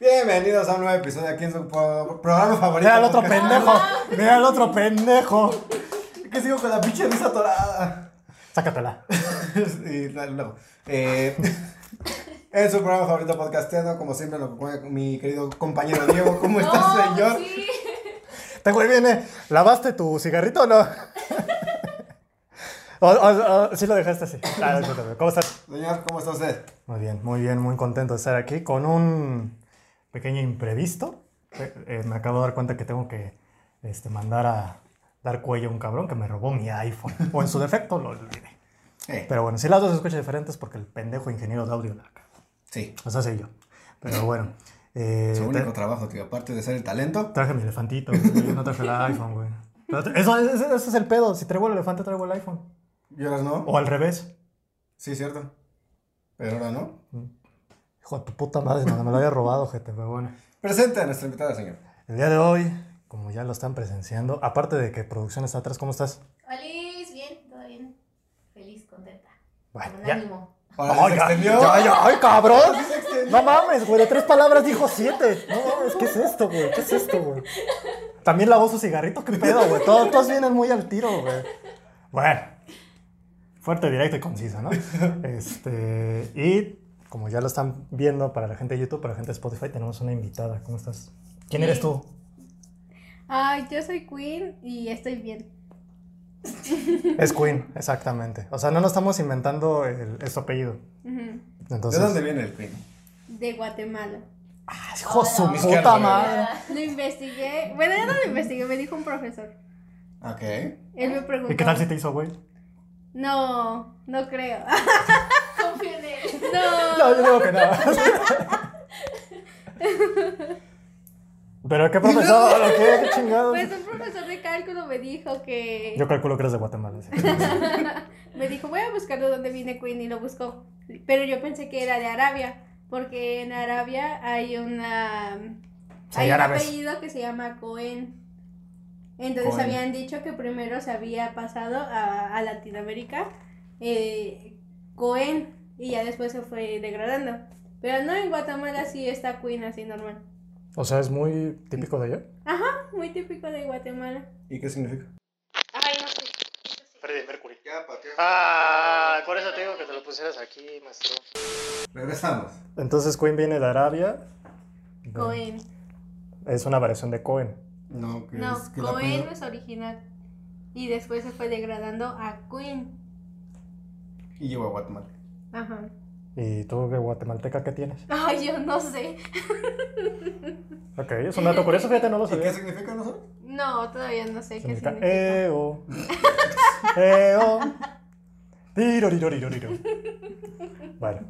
Bienvenidos a un nuevo episodio aquí en su po- programa favorito. Mira el otro Podcast. pendejo. Mira el otro pendejo. Que sigo con la pinche risa atorada. Sácatela. y la- luego. eh, en su programa favorito podcasteando, como siempre, lo acompaña mi querido compañero Diego. ¿Cómo estás, No, señor? Sí. Te güey viene. ¿Lavaste tu cigarrito o no? O, o- o- sí lo dejaste así. Ah, discúlpame. ¿Cómo estás? Señor, ¿cómo está usted? Muy bien, muy bien, muy contento de estar aquí con un pequeño imprevisto. Eh, eh, me acabo de dar cuenta que tengo que este, mandar a dar cuello a un cabrón que me robó mi iPhone. O en su defecto lo olvidé. Eh, Pero bueno, si las dos se escuchan diferentes porque el pendejo ingeniero de audio la caga. sí. O sea, soy yo. Pero bueno. eh, Su te- único trabajo, que aparte de ser el talento, Traje mi elefantito, güey. No traje el iPhone, güey. No tra- Eso, eso- eso es el pedo. Si traigo el elefante, traigo el iPhone. ¿lloras no? O al revés. Sí, cierto. Pero ahora no. Hijo de tu puta madre, donde me lo había robado, gente, pero bueno. Presenta a nuestra invitada, señor. El día de hoy, como ya lo están presenciando, aparte de que producción está atrás, ¿cómo estás? Alice, bien, todo bien. Feliz, contenta. Bueno, con ya. ánimo. Ahora ¡Ay, se ya, extendió. ya, ya, ay, cabrón! No mames, güey, de tres palabras dijo siete. No mames, ¿qué es esto, güey? ¿Qué es esto, güey? También lavó su cigarrito, qué pedo, güey. Todos, todos vienen muy al tiro, güey. Bueno, fuerte, directo y conciso, ¿no? Este, y como ya lo están viendo para la gente de YouTube, para la gente de Spotify, tenemos una invitada. ¿Cómo estás? ¿Quién eres tú? Ay, yo soy Queen y estoy bien. Es Queen, exactamente. O sea, no nos estamos inventando el, el su apellido. Ujú. Entonces, ¿De dónde viene el pin? De Guatemala. ¡Ah, hijo de su Mis puta cartas, madre! Lo investigué. Bueno, yo no lo investigué, me dijo un profesor. Ok. Él me preguntó. ¿Eh? ¿Y qué tal si te hizo, güey? No, no creo. Confío en él. No. No, yo digo que no. Pero qué profesor, ¿O qué, qué chingados. Pues un profesor de cálculo me dijo que. Yo calculo que eres de Guatemala. sí. Me dijo, voy a buscar de dónde viene Queen y lo buscó. Pero yo pensé que era de Arabia. Porque en Arabia hay una. Sí, Hay un árabes. apellido que se llama Cohen. Entonces Cohen. habían dicho que primero se había pasado a, a Latinoamérica eh, Cohen y ya después se fue degradando. Pero no, en Guatemala sí está Queen así normal. O sea, es muy típico de allá. Muy típico de Guatemala. ¿Y qué significa? Freddy Mercury. Ya, pateó. Ah, por eso te digo que te lo pusieras aquí, maestro. Regresamos. Entonces, Queen viene de Arabia. De- Cohen. Es una variación de Cohen. No, que No, es que la Cohen primera- es original. Y después se fue degradando a Queen. Y llegó a Guatemala. Ajá. ¿Y tú de guatemalteca qué tienes? Ay, yo no sé. Ok, es un dato curioso, fíjate, no lo ¿Y qué sabía. significa no sé? No, todavía no sé qué Significa significa. EO. EO. Tiroriroriroriro. Bueno,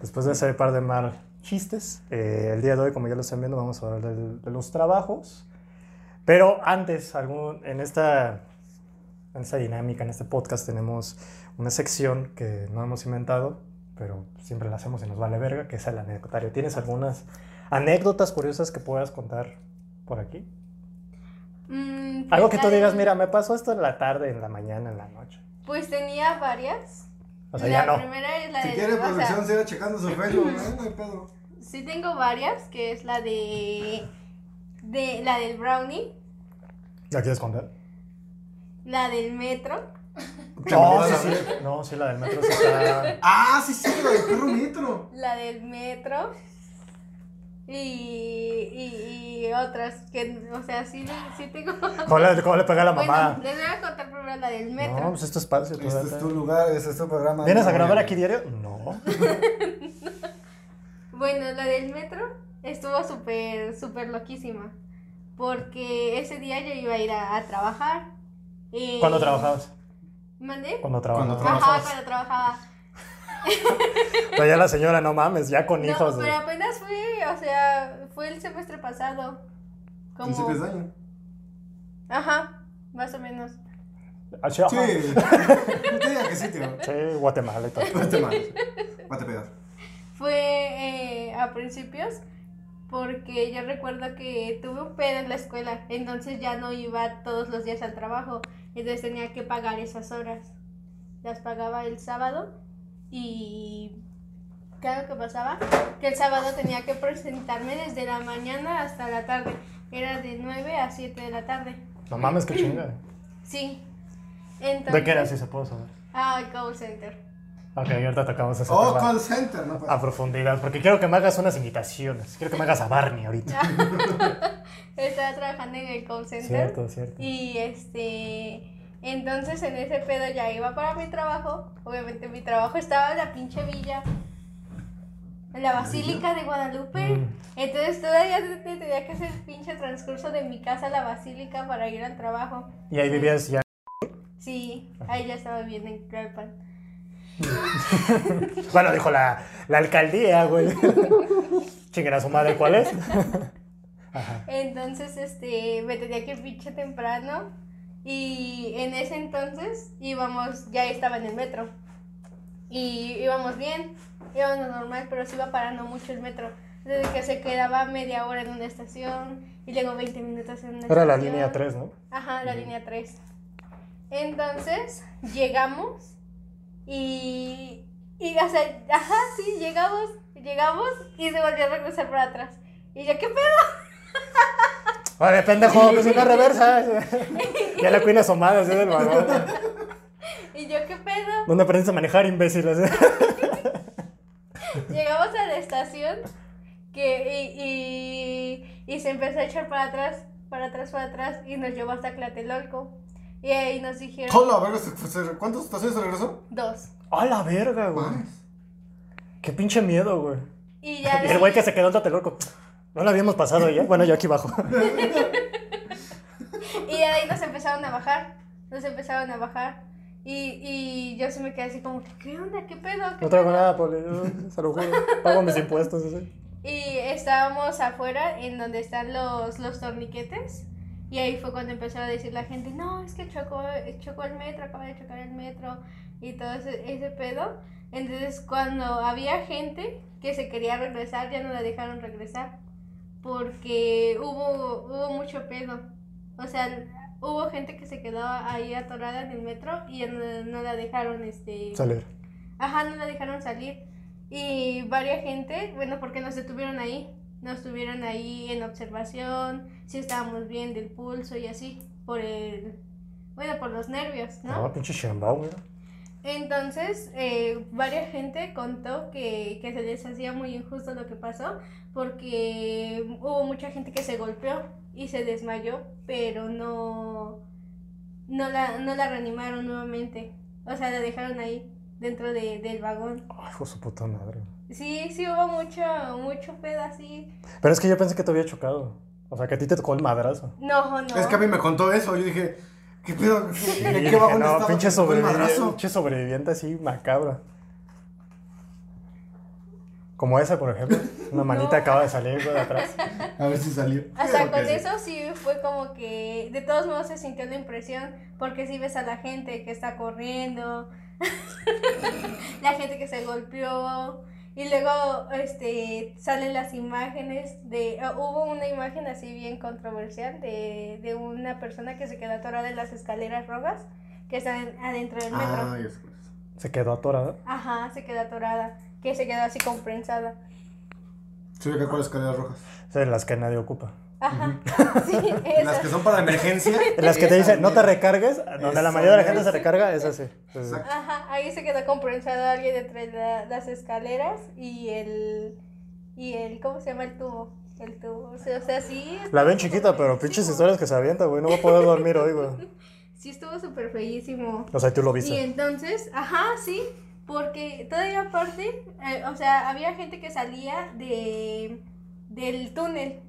después de ese par de mal chistes, eh, el día de hoy, como ya lo están viendo, vamos a hablar del- de, los trabajos. Pero antes, algún, en, esta, en esta dinámica, en este podcast, tenemos una sección que no hemos inventado, pero siempre la hacemos y nos vale verga, que es el anecdotario. ¿Tienes algunas anécdotas curiosas que puedas contar por aquí? Mm, Algo que pues, tú ay, digas, mira, me pasó esto en la tarde, en la mañana, en la noche. Pues tenía varias. O sea, la ya no. primera es la Si de. quiere pues, o sea, producción, siga checando su Facebook. ¿eh? No hay pedo. sí tengo varias, que es la de. de la del brownie, ¿La quieres contar? la del metro. No, sí, sí. No, sí, la del metro sí está. Ah, sí, sí, lo del perro metro. La del metro. Y, y, y otras que, o sea, sí, sí tengo. ¿Cómo le, cómo le pega a la Bueno, mamá? les voy a contar primero la del No, metro. pues esto es espacio. tú Este date. es tu lugar, este es tu programa. ¿Vienes a No, grabar mira. aquí diario? No. Bueno, la del metro estuvo súper, súper loquísima. Porque ese día yo iba a ir a, a trabajar. eh, ¿Cuándo trabajabas? ¿Mandé? Cuando Cuando trabajabas. Ajá, trabajabas. cuando trabajaba. Pero ya la señora, no mames, ya con No, hijos. pero apenas fui, o sea, fue el semestre pasado. Como... Principios de año. Ajá, más o menos. Así, ajá. Ah, Sí. Sí. Te diga que sí, tío. Pues Guatemala y todo. Guatemala. Guatemala. Fue eh, a principios porque yo recuerdo que tuve un pedo en la escuela, entonces ya no iba todos los días al trabajo, entonces tenía que pagar esas horas. Las pagaba el sábado y ¿Qué era lo que pasaba? Que el sábado tenía que presentarme desde la mañana hasta la tarde. Era de 9 a 7 de la tarde. No mames, qué chinga. Sí. Entonces, ¿De qué era si se puede saber? Ah, el call center. Ok, ahorita tocamos ese O tema Oh, call center, ¿no? Pues, a profundidad, porque quiero que me hagas unas imitaciones. Quiero que me hagas a Barney ahorita. Estaba trabajando en el call center. Cierto, cierto. Y este. Entonces en ese pedo ya iba para mi trabajo. Obviamente mi trabajo estaba en la pinche villa. En la Basílica de Guadalupe. Mm. Entonces todavía te- te- tenía que hacer el pinche transcurso de mi casa a la Basílica para ir al trabajo. Y ahí vivías ya. Sí, ahí ya estaba viviendo en Tlalpan. Bueno, dijo la, la alcaldía, güey. Chinguen a su madre, ¿cuál es? Ajá. Entonces este, me tenía que ir pinche temprano. Y en ese entonces íbamos, ya estaba en el metro. Y íbamos bien, íbamos normal, pero se iba parando mucho el metro. Desde que se quedaba media hora en una estación y luego 20 minutos en una Era la estación. línea 3, ¿no? Ajá, la Ujú. línea 3. Entonces, llegamos y, y o sea, ajá, sí, llegamos, llegamos y se volvió a regresar para atrás. Y yo, ¿qué pedo? Oye, pendejo, que es una reversa. ya la cuina asomada así del vagón. Y yo, ¿qué pedo? ¿Dónde aprendiste a manejar, imbécil? Así. Llegamos a la estación que, y, y, y se empezó a echar para atrás, para atrás, para atrás y nos llevó hasta Clatelolco. Y ahí nos dijeron Hola, a ver, se- se- ¿cuántas estaciones se regresó? dos. ¡A la verga, güey! Mames. ¡Qué pinche miedo, güey! Y ya Y de el güey que se quedó en Tlatelolco. No lo habíamos pasado ya. Bueno, yo aquí bajo. Y de ahí nos empezaron a bajar, nos empezaron a bajar. Y, y yo se me quedé así como, que, ¿qué onda? ¿Qué pedo? ¿Qué No traigo pedo?". nada, Poli. yo Se lo juro. Pago mis impuestos. así. Y estábamos afuera en donde están los, los torniquetes. Y ahí fue cuando empezó a decir la gente, no, es que chocó, chocó el metro, acaba de chocar el metro y todo ese, ese pedo. Entonces cuando había gente que se quería regresar, ya no la dejaron regresar. Porque hubo, hubo mucho pedo. O sea, hubo gente que se quedó ahí atorada en el metro y ya no, no la dejaron este, Salir. Ajá, no la dejaron salir. Y varias gente, bueno, porque nos detuvieron ahí. Nos tuvieron ahí en observación, si estábamos bien del pulso y así, por el. Bueno, por los nervios, No, ¿no? pinche Shembao, güey. Entonces, eh, varias gente contó que, que se les hacía muy injusto lo que pasó, porque hubo mucha gente que se golpeó y se desmayó, pero no, no, la, no la reanimaron nuevamente. O sea, la dejaron ahí, dentro de- del vagón. Ay, hijo de su puta madre. Sí, sí hubo mucho, mucho pedo así. Pero es que yo pensé que te había chocado. O sea, que a ti te tocó el madrazo. No, no. Es que a mí me contó eso, yo dije, ¿qué pedo? Y ¿De dije, qué vagón no, estaba? pinche Fue el sobreviviente, madrazo. pinche sobreviviente así macabra. Como esa, por ejemplo. Una manita No. acaba de salir güey, de atrás. A ver si salió. Hasta Creo que con sí. eso sí fue como que de todos modos se sintió la impresión porque si ves a la gente que está corriendo, la gente que se golpeó y luego este salen las imágenes de eh, hubo una imagen así bien controversial de, de una persona que se quedó atorada en las escaleras rojas que están adentro del metro. Ah, ya sé. Se quedó atorada. Ajá, se quedó atorada, que se quedó así comprensada. Se ve que con las escaleras rojas. O sea, las que nadie ocupa. Ajá. Sí, Las esa. que son para emergencia. Las que te Esa dicen, no te mierda. recargues, donde Esa la mayoría de la gente mierda. se recarga, es así. Sí, sí. Exacto. Ajá, ahí se quedó comprensado alguien entre la- las escaleras y el y el ¿cómo se llama el tubo? El tubo, o sea, o sea, sí. La ven estuvo chiquita, pero feísimo. pinches historias que se avienta, güey. No voy a poder dormir hoy, güey. Sí estuvo súper feísimo. O sea, tú lo Y viste. entonces, ajá, sí, porque todavía aparte, eh, o sea, había gente que salía de del túnel.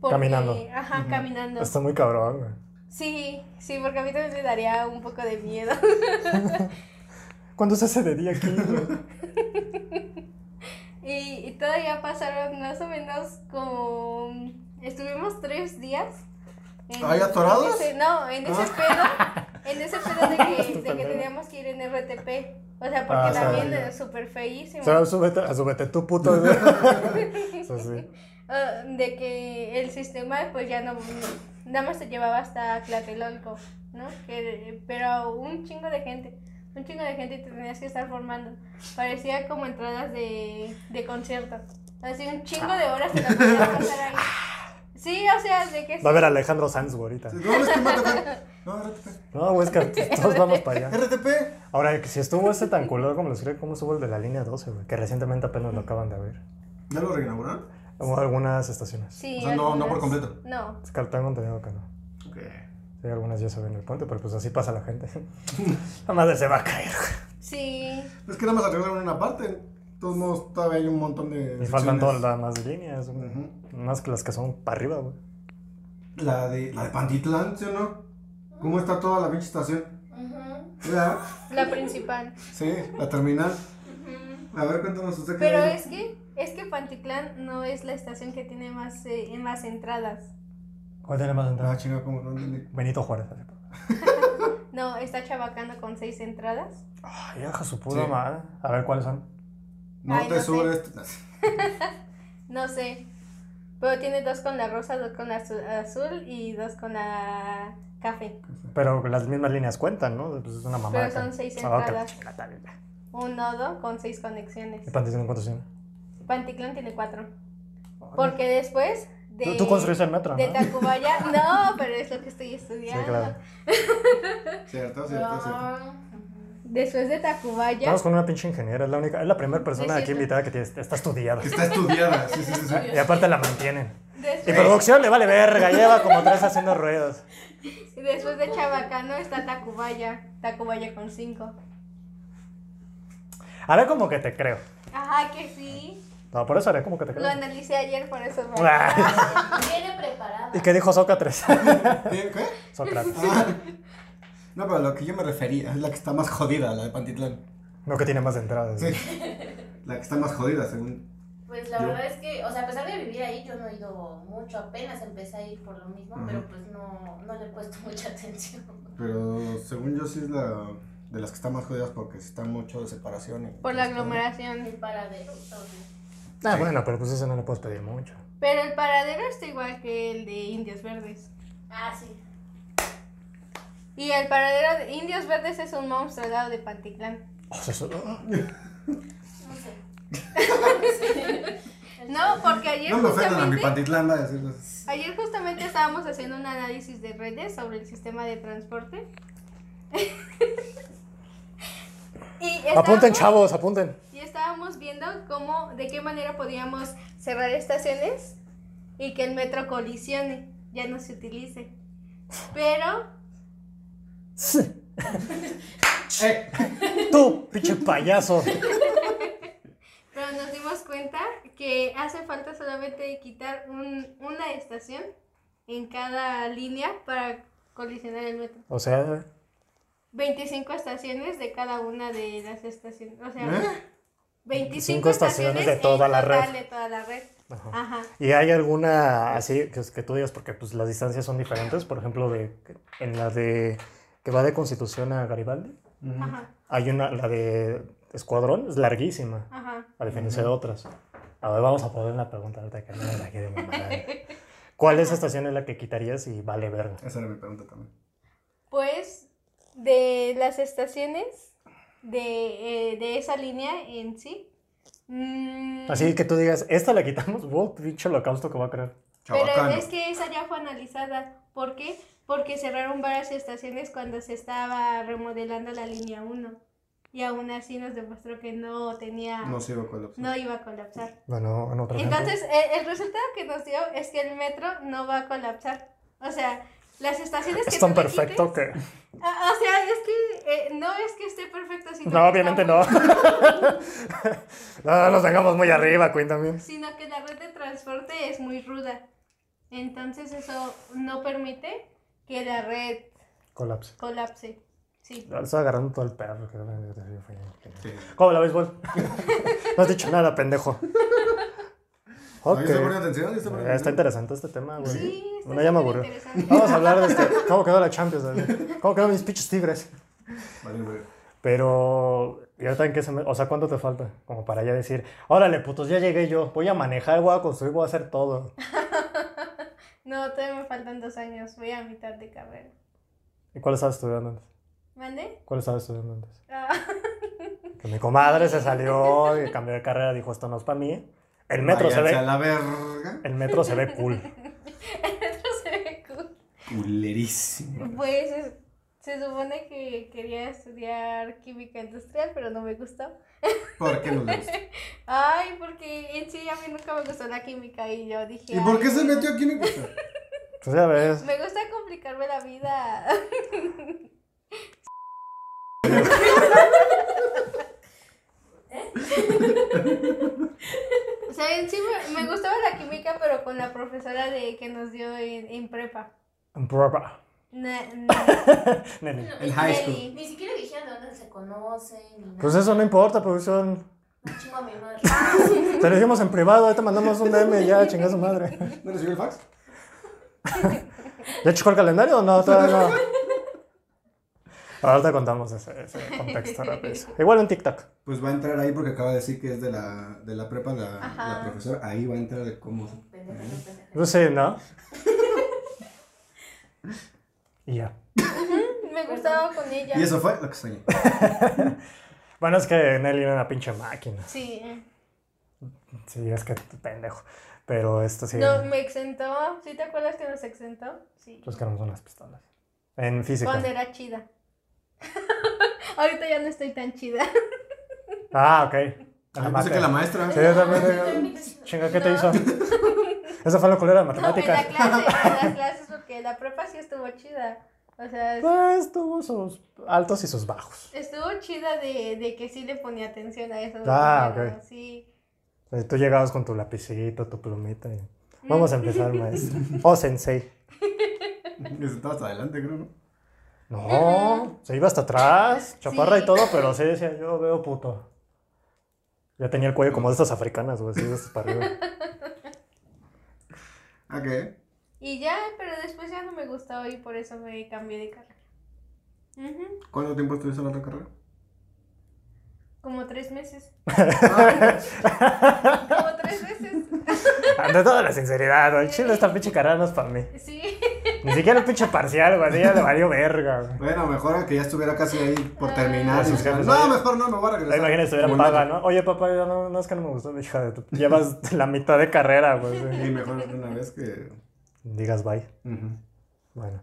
Porque- Caminando. Ajá, Ujú. caminando. Está muy cabrón, güey. Sí, sí, porque a mí también me daría un poco de miedo. ¿Cuándo se hace de día aquí, güey? Y, y todavía pasaron más o menos como... Estuvimos tres días. en- ¿Ahí atorados? Ah. en ese- no, en ese pedo. En ese pedo de que, de que Pendejo. teníamos que ir en RTP. O sea, Ah, porque o sea, también ya. es súper feísimo. O sea, súbete, súbete tú, puto. güey. O sea, sí. Ah, de que el sistema pues ya no... Nada más te llevaba hasta Tlatelolco, ¿no? Que- pero un chingo de gente. un chingo de gente y te tenías que estar formando. Parecía como entradas de, de concierto. Así un chingo de horas te la podías pasar ahí. Sí, o sea, de que sí. Va a haber Alejandro Sanz güey, ahorita. No, es que me va a tocar. No, RTP. No, güey, es que todos vamos para allá. RTP. Ahora, que si estuvo ese tan culero como les creo, ¿cómo estuvo el de la línea 12, güey? Que recientemente apenas lo acaban de abrir. ¿Ya lo reinauguraron? O algunas estaciones. Sí, O sea, no- no por algunas- completo. No. Es que tengo entendido que no. Ok. Sí, algunas ya se ven el puente, pero pues así pasa la gente. la madre se va a caer, güey. Sí. Es que nada más arreglaron una parte. De todos modos, todavía hay un montón de. Y faltan secciones. todas las más líneas, güey. Ujú. Más que las que son para arriba, güey. La de, la de Pantitlán, ¿sí o no? ¿Cómo está toda la pinche estación? Ujú. Ya, La principal. sí, la terminal. A ver, cuéntanos usted qué Pero hay. es que, es que Panticlán no es la estación que tiene más, eh, más entradas. ¿Cuál tiene más Ah, entradas? chinga, como no entendí. Benito Juárez. así. No, está Chabacano con seis entradas. Ay, hija su puta Sí. madre. A ver, ¿cuáles son? Norte, no sé. sur, este. No sé. Pero tiene dos con la rosa, dos con la azu- azul y dos con la café. Pero las mismas líneas cuentan, ¿no? Pues es una mamada. Pero son acá. seis Ah, ok, la entradas. chingada, dale, dale. Un nodo con seis conexiones. ¿Y Pantitlán cuántos tiene? Panticlán tiene cuatro. Porque después de... Ah, Tú, tú construiste el metro, De ¿no? Tacubaya. No, pero es lo que estoy Sí, estudiando. claro. Cierto, cierto, cierto. No. Después de Tacubaya. Vamos con una pinche ingeniera, es la única, es la primera persona Sí, aquí cierto. invitada que tiene, está estudiada. Que está estudiada. Sí, sí, sí. sí. Y aparte la mantienen. Y Después, producción le vale verga, lleva como tres haciendo ruedos. después de Chabacano está Tacubaya. Tacubaya con cinco. Haré como que te creo. Ajá, que sí. No, por eso haré como que te Lo creo. analicé ayer, por eso. me- Ah, Viene preparada. ¿Y qué dijo Sócrates? ¿Qué? ¿Qué? Sócrates. Ah. No, pero a lo que yo me refería es la que está más jodida, la de Pantitlán. No que tiene más entradas. Sí. La que está más jodida, según. Pues la Yo- verdad es que, o sea, a pesar de vivir ahí, yo no he ido mucho, apenas empecé a ir por lo mismo, Ajá. pero pues no, no le he puesto mucha atención. Pero según yo sí es la de las que están más jodidas porque está mucho de separación. y- Por la El aglomeración. paradero, todo. Ah, bueno, pero pues eso no le puedes pedir mucho. Pero el paradero está igual que el de Indios Verdes. Ah, sí. Y el paradero de Indios Verdes es un monstruo al lado de Panticlán. O sea, eso- No sé. No, porque ayer No me ofendan a mi justamente, Pantitlán, va a decirles. ayer justamente estábamos haciendo un análisis de redes sobre el sistema de transporte. y Apunten, estábamos- chavos, apunten. Y estábamos viendo cómo, de qué manera podíamos cerrar estaciones y que el metro colisione, ya no se utilice. Pero, ¡Eh! Tú, pinche payaso. pero nos dimos cuenta que hace falta solamente quitar un- una estación en cada línea para colisionar el metro. O sea, 25 estaciones de cada una de las estaciones. O sea, ¿Eh? 25 25 estaciones estaciones de toda en la total red. De toda la red. Ajá. Ajá. ¿Y hay alguna así que, que tú digas, porque pues las distancias son diferentes? Por ejemplo, de, en la de que va de Constitución a Garibaldi, Ujú. Ajá. hay una, la de Escuadrón, es larguísima, Ajá. a diferencia de otras. A ver, vamos a poner una pregunta ahorita que no me la quiere mamar. ¿Cuál es la estación en la que quitarías y vale verga? Esa era mi pregunta también. Pues de las estaciones de, eh, de esa línea en sí. mm, Así que tú digas, esta la quitamos, wow, pinche holocausto que va a creer. pero Chabacano. es que esa ya fue analizada. ¿Por qué? Porque cerraron varias estaciones cuando se estaba remodelando la línea 1. Y aún así nos demostró que no tenía. No sigo con la opción. no iba a colapsar. Bueno, en otro ejemplo. Entonces, e, el, el resultado que nos dio es que el metro no va a colapsar. O sea, las estaciones que es tan tú le quites- perfecto que... Ah, O sea, es que eh, no es que esté perfecto, sino No, que obviamente está no. muy- no, nos tengamos muy arriba, Queen también. sino que la red de transporte es muy ruda. Entonces eso no permite que la red Colapso. colapse. Sí. Ahora Estaba agarrando todo el perro. que era- que era- que era- Sí. ¿Cómo la béisbol? No has dicho nada, pendejo. No, Ok. yo estoy poniendo atención, yo estoy poniendo Eh, Está atención. interesante este tema, güey. Sí, está Bueno, ya me súper aburrió. interesante. Vamos a hablar de este, cómo quedó la Champions, David. cómo quedaron mis pinches tigres. Vale, güey. Pero, ¿y ahorita en qué se me... O sea, ¿cuánto te falta? Como para ya decir, órale, putos, ya llegué yo. Voy a manejar, voy a construir, voy a hacer todo. No, todavía me faltan dos años, voy a mitad de carrera. ¿Y cuál estabas estudiando antes? ¿Mande? ¿Cuál estaba estudiando antes? Ah, Que mi comadre se salió y cambió de carrera, dijo, esto no es para mí. El metro se Váyanse A ve, la verga. el metro se ve cool. no se ve cool. Culerísimo. Pues es- se supone que quería estudiar química industrial, pero no me gustó. ¿Por qué no le gusta? Ay, porque en sí a mí nunca me gustó la química y yo dije. ¿Y por "Ay, qué se metió aquí en el Pues ya ves, Me gusta complicarme la vida. O sea, en sí me- me gustaba la química, pero con la profesora de que nos dio en, en prepa. brava. Na- na- Nene. El high Nelly. school. Ni siquiera dijeron de dónde se conocen, ni nada. Pues eso no importa, producción. No chingo a mi madre. Te lo dijimos en privado, ahí te mandamos un DM y ya, chinga su madre. ¿No recibió el fax? ¿Ya checó el calendario o no? Todavía no. Ahora te contamos ese, ese contexto rápido. Igual en TikTok. Pues va a entrar ahí porque acaba de decir que es de la, de la prepa la, Ajá. la profesora. Ahí va a entrar de cómo. Pendejo, no, pendejo. Pues sí, ¿no? Y ya. me gustaba con ella. Y eso fue lo que soñé. Ah, Bueno, es que Nelly era una pinche máquina. Sí. Sí, es que pendejo. Pero esto sí. No, me exentó. ¿Sí te acuerdas que nos exentó? Sí. Pues que éramos unas pistolas. En física. Cuando era chida. Ahorita ya no estoy tan chida. Ah, ok. Ah, yo pensé que la maestra. Sí, yo también. Yo también pensé- eh, Chinga, ¿qué te No. hizo? Esa fue la culera de No, en matemáticas. la clase, en las clases, porque la prepa sí estuvo chida. O sea, es- Pues tuvo sus altos y sus bajos. estuvo chida de, de que sí le ponía atención a eso. Ah, ok. Sí. Eh, Tú llegabas con tu lapicito, tu plumita y... Mm. Vamos a empezar, maestro. O sensei. Que se estaba hasta adelante, creo, ¿no? No, se iba hasta atrás, chaparra y Sí. todo, pero sí decía, yo veo puto. Ya tenía el cuello como de estas africanas, güey, así de estas para arriba. Ah, ¿qué? Y ya, pero después ya no me gustó y por eso me cambié de carrera. Ujú, ¿Cuánto tiempo estuviste en la otra carrera? Como tres meses. Ah, Como tres meses. Ante Ah, toda la sinceridad, güey, el chile de esta pinche carrera no es para mí. Sí. Ni siquiera el pinche parcial, güey, así ya le valió verga, güey. bueno, mejor que ya estuviera casi ahí por terminar. Ah, y sus dijera, jefes, no, oye. mejor no, me voy a regresar. Imagínate, estuviera Como el paga, metro. ¿no? Oye, papá, ya no, no es que no me gustó, hija de tu... Llevas la mitad de carrera, güey. sí. Y mejor una vez que. Digas bye. Ujú. Bueno.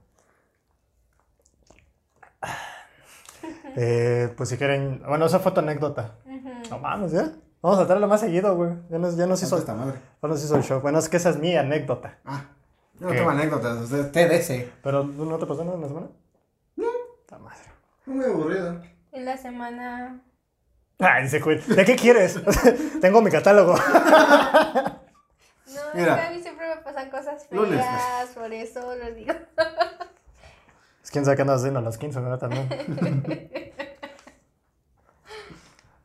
Eh, pues si quieren. Bueno, esa fue tu anécdota. No mames, ¿ya? Vamos a tratarlo más seguido, güey. Ya nos, ya nos hizo, Tanto esta madre. ya nos hizo el show. Bueno, es que esa es mi anécdota. Ah, yo no ¿Qué? tengo anécdotas. Ustedes, TDC. Pero ¿no te pasó nada en la semana? No. madre. Muy aburrido. En la semana. Ay, Ah, dice Quil, ¿De qué quieres? Tengo mi catálogo. No, Mira. es que a mí siempre me pasan cosas Lunes. feas, por eso lo digo. Es quién sabe qué andas haciendo a las 15, ¿verdad? También.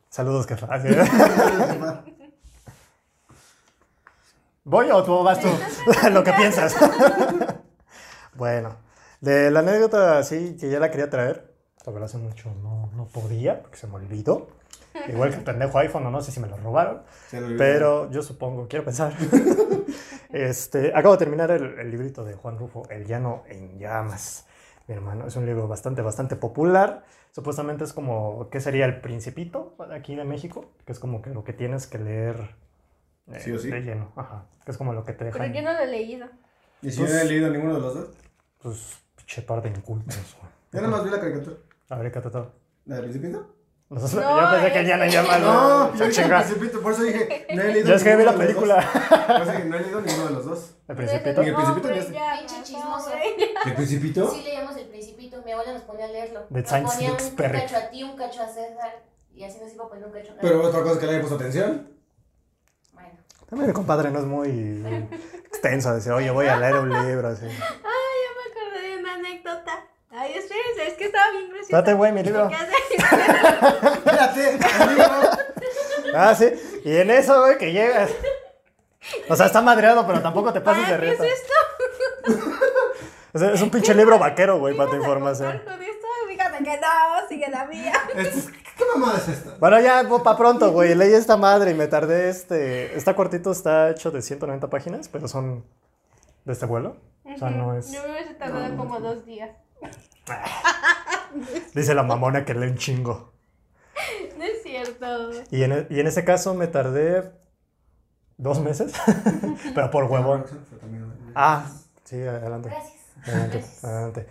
Saludos, Ah, que fácil. ¿Voy o tú vas tú? Lo que piensas. bueno, de la anécdota, sí, que ya la quería traer. La verdad, hace mucho no, no podía, porque se me olvidó. Igual que el pendejo iPhone, o no sé si me lo robaron. Se lo olvidó. Pero yo supongo, quiero pensar. este, acabo de terminar el, el librito de Juan Rufo, El Llano en Llamas. Mi hermano, es un libro bastante, bastante popular. Supuestamente es como, ¿qué sería el Principito aquí de México? Que es como que lo que tienes que leer eh, Sí o sí. de lleno. Ajá. Que es como lo que te Pero dejan. yo no lo he leído. ¿Y si no he leído ninguno de los dos? Pues, pinche par de incultos, güey. Yo nada más vi la caricatura. A ver, catatón. ¿La del Principito? No, yo pensé que el es- Llano en Llamas. No, güey, yo se dije chinga. El Principito, por eso dije, no he leído Yo es que vi ninguno la de los película. dos. Por eso dije, no he leído ninguno de los dos. El Principito. Y el Principito ya Hombre, se- ya, Pinche no, chismoso. hombre. ¿El Principito? Sí leíamos el principito, mi abuela nos ponía a leerlo. The Nos Times ponía Looks un Perry. cacho a ti, un cacho a César, y así nos iba poniendo un cacho a Pero otra cosa es que le haya puesto atención. Bueno, También mi compadre no es muy extenso decir, oye, voy a leer un libro. Así. Me acordé de una anécdota. Ay, espérense, es que estaba bien graciosa. Date, güey, mi libro. ¿Qué haces? Espérate, amigo. Ah, sí. Y en eso, güey, que llegas. O sea, está madreado, pero tampoco te pases de ¿Para Ah, ¿Qué es reta. esto? O sea, es un pinche libro vaquero, güey, para tu ¿Para información. con esto? Fíjate que no, sigue la mía. Este- ¿Qué mamada es esta? Bueno, ya, para pronto, güey. Leí esta madre y me tardé este. Está cortito, está hecho de 190 páginas, pero son de este vuelo. O sea, no es. Yo me hubiese tardado como dos días. Dice la mamona que lee un chingo. No es cierto. Y en, e- y en ese caso me tardé dos meses, pero por huevón. Pero también- Ah, sí, adelante. Gracias. Adelante, Gracias. adelante.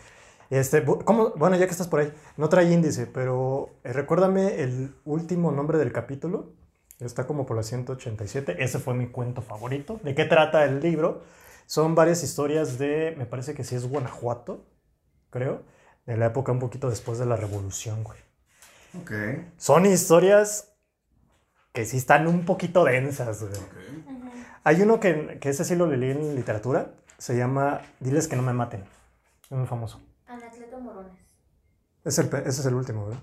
Este, bu- ¿cómo? Bueno, ya que estás por ahí, no trae índice, pero eh, recuérdame el último nombre del capítulo. Está como por la 187. Ese fue mi cuento favorito. ¿De qué trata el libro? Son varias historias de, me parece que sí es Guanajuato, creo, de la época un poquito después de la revolución, güey. Ok. Son historias que sí están un poquito densas, güey. Ok. Hay uno que, que ese sí lo leí en literatura. Se llama Diles que no me maten. Es muy famoso. Anacleto Morones. Es el, pe- ese es el último, ¿verdad?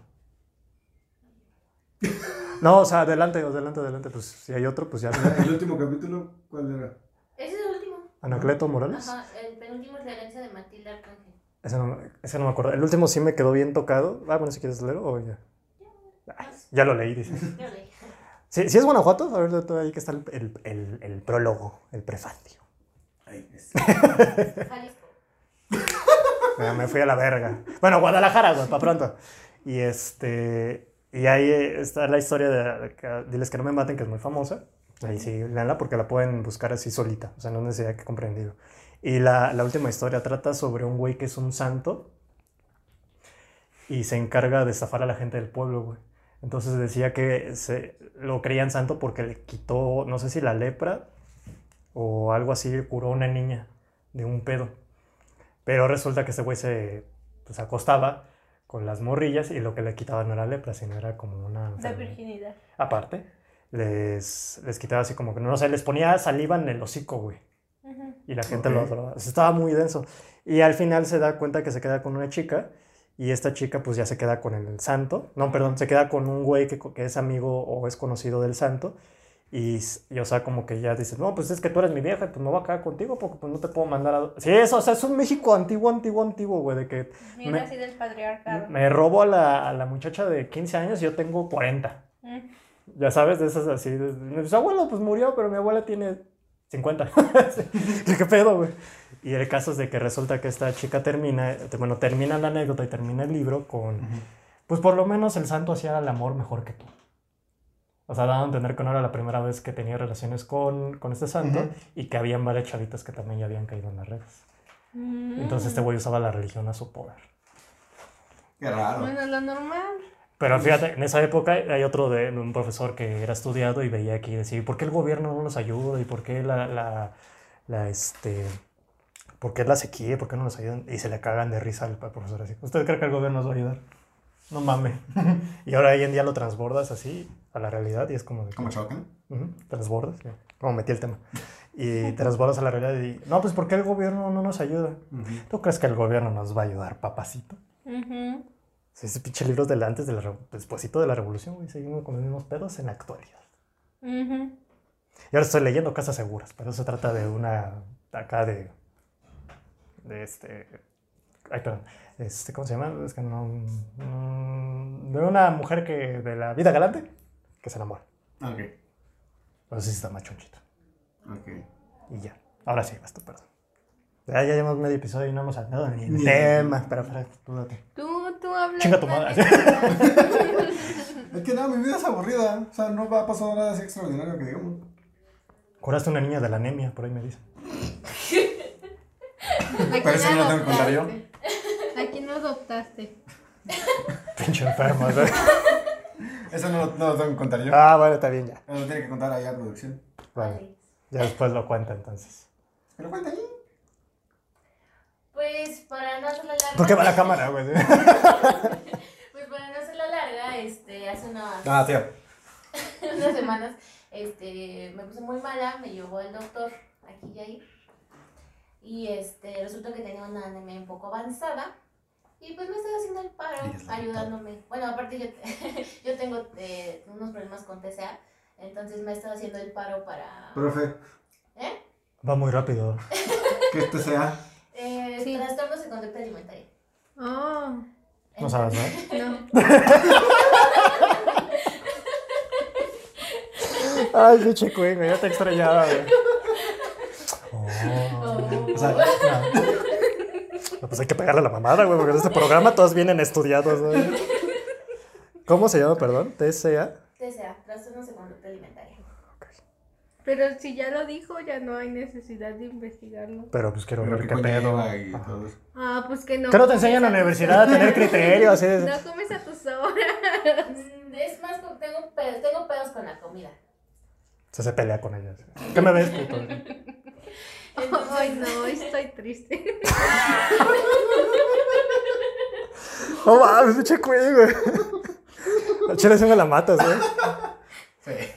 No, o sea, adelante, adelante, adelante. Pues si hay otro, pues ya. El último capítulo, ¿cuál era? Ese es el último. Anacleto Morales. Ajá, el penúltimo es la herencia de Matilda Arcángel. Ese no, me- ese no me acuerdo. El último sí me quedó bien tocado. Ah, bueno, si quieres leerlo o ya. Ay, ya lo leí, dice. Yo leí. Sí, sí es Guanajuato. A ver, tú ahí que está el, el- el- el prólogo, el prefacio. Ahí es. Jalisco. Me, me fui a la verga. Bueno, Guadalajara, güey, para pronto. Y este. Y ahí eh, está la historia de, de- Diles que no me maten, que es muy famosa. Ahí sí, leanla porque la pueden buscar así solita. O sea, no es necesidad que compren el libro. Y la, la última historia trata sobre un güey que es un santo y se encarga de estafar a la gente del pueblo, güey. Entonces decía que se, lo creían santo porque le quitó, no sé si la lepra o algo así, curó a una niña de un pedo. Pero resulta que ese güey se pues, acostaba con las morrillas y lo que le quitaban no era lepra, sino era como una... La enfermedad virginidad. aparte, les, les quitaba así como que, no sé, les ponía saliva en el hocico, güey. Ujú. Y la gente Ok. lo adoraba. O sea, Estaba muy denso. Y al final se da cuenta que se queda con una chica. Y esta chica, pues ya se queda con el santo. No, perdón, se queda con un güey que, co- que es amigo o es conocido del santo. Y, s- y, o sea, como que ya dice, no, pues es que tú eres mi vieja, y pues me voy a quedar contigo porque pues no te puedo mandar a... Sí, eso, o sea, es un México antiguo, antiguo, antiguo, güey, de que Bien Me- así del patriarcado. me robo a la, a la muchacha de 15 años y yo tengo 40. Mm. Ya sabes, de esas así. de- de- Su abuelo pues murió, pero mi abuela tiene 50. ¿Qué pedo, güey? Y el caso es de que resulta que esta chica termina, bueno, termina la anécdota y termina el libro con, pues por lo menos el santo hacía el amor mejor que tú. O sea, daba a entender que no era la primera vez que tenía relaciones con, con este santo Ujú. y que habían varias chavitas que también ya habían caído en las redes. Mm. Entonces este güey usaba la religión a su poder. Qué raro. Bueno, lo normal. Pero fíjate, en esa época hay otro de un profesor que era estudiado y veía aquí y decía, "¿Y ¿por qué el gobierno no nos ayuda? ¿Y por qué la, la, la, este, por qué la sequía? ¿Por qué no nos ayudan? Y se le cagan de risa al al profesor así. ¿Usted cree que el gobierno nos va a ayudar? No mames. y ahora hoy en día lo transbordas así a la realidad y es como... de que- ¿Cómo chocan? Ujú, Transbordas, ya, como metí el tema. Y transbordas a la realidad y... No, pues ¿por qué el gobierno no nos ayuda? ¿Tú crees que el gobierno nos va a ayudar, papacito? Ujú. Sí, ese pinche libro del antes, de la, revo- despuésito de la revolución, güey. Seguimos con los mismos pedos en la actualidad. Ujú. Y ahora estoy leyendo Casas Seguras, pero se trata de una. Acá de. De este. Ay, perdón. Este, ¿Cómo se llama? Es que no. mm, de una mujer que. De la vida galante. Que se enamora. Ok. Pero sí está más chonchito. Ok. Y ya. Ahora sí, basta, perdón. Ya, ya llevamos medio episodio y no hemos hablado ni del Ni- tema. Pero, pero, tú date. Tú, tú hablas. Chinga tu mal madre. de ti. Es que no, mi vida es aburrida. O sea, no va a pasar nada así extraordinario que digamos. Curaste a una niña de la anemia, por ahí me dicen. ¿A Pero quién eso no lo tengo que contar yo. adoptaste? ¿A quién adoptaste? Pinche enfermo, güey. Eso no, lo- no lo tengo que contar yo. Ah, bueno, está bien ya. Eso lo tiene que contar allá la producción. Vale. Vale. Ya después lo cuenta entonces. Pero cuenta allí. Pues para no hacerla larga. ¿Por qué va la cámara, güey? Pues para no hacerla larga, este, hace una Ah, tío. unas semanas este, me puse muy mala, me llevó el doctor aquí y ahí. Y este, resultó que tenía una anemia un poco avanzada. Y pues me estaba haciendo el paro, Ella es la ayudándome. Bueno, aparte yo, te- yo tengo eh, unos problemas con TCA, entonces me estaba haciendo el paro para... Profe, ¿Eh? Va muy rápido. que este sea. eh Sí. Trastornos de conducta alimentaria. Oh, No sabes, ¿no? no. Ay, pinche Queen, güey, ya te extrañaba, güey. Oh. Oh. O sea, no. No, pues hay que pegarle a la mamada, güey, porque en este programa todos vienen estudiados, güey. ¿Cómo se llama, perdón? TSA. TSA, trastornos de conducta alimentaria. Pero si ya lo dijo, ya no hay necesidad de investigarlo. Pero pues quiero Pero ver qué qué pedo. conlleva y Ajá. todo eso. Ah, pues que no. ¿Qué no te comes enseñan en la tus universidad a tener criterio? Así es. No comes a tus horas. Mm, Es más, co- tengo pedos, tengo pedos con la comida. O sea, se pelea con ellas. ¿Qué me ves, puto? Ay, no, estoy triste. No mames, pinche cuello, güey. Al chile se me la matas, güey. Sí.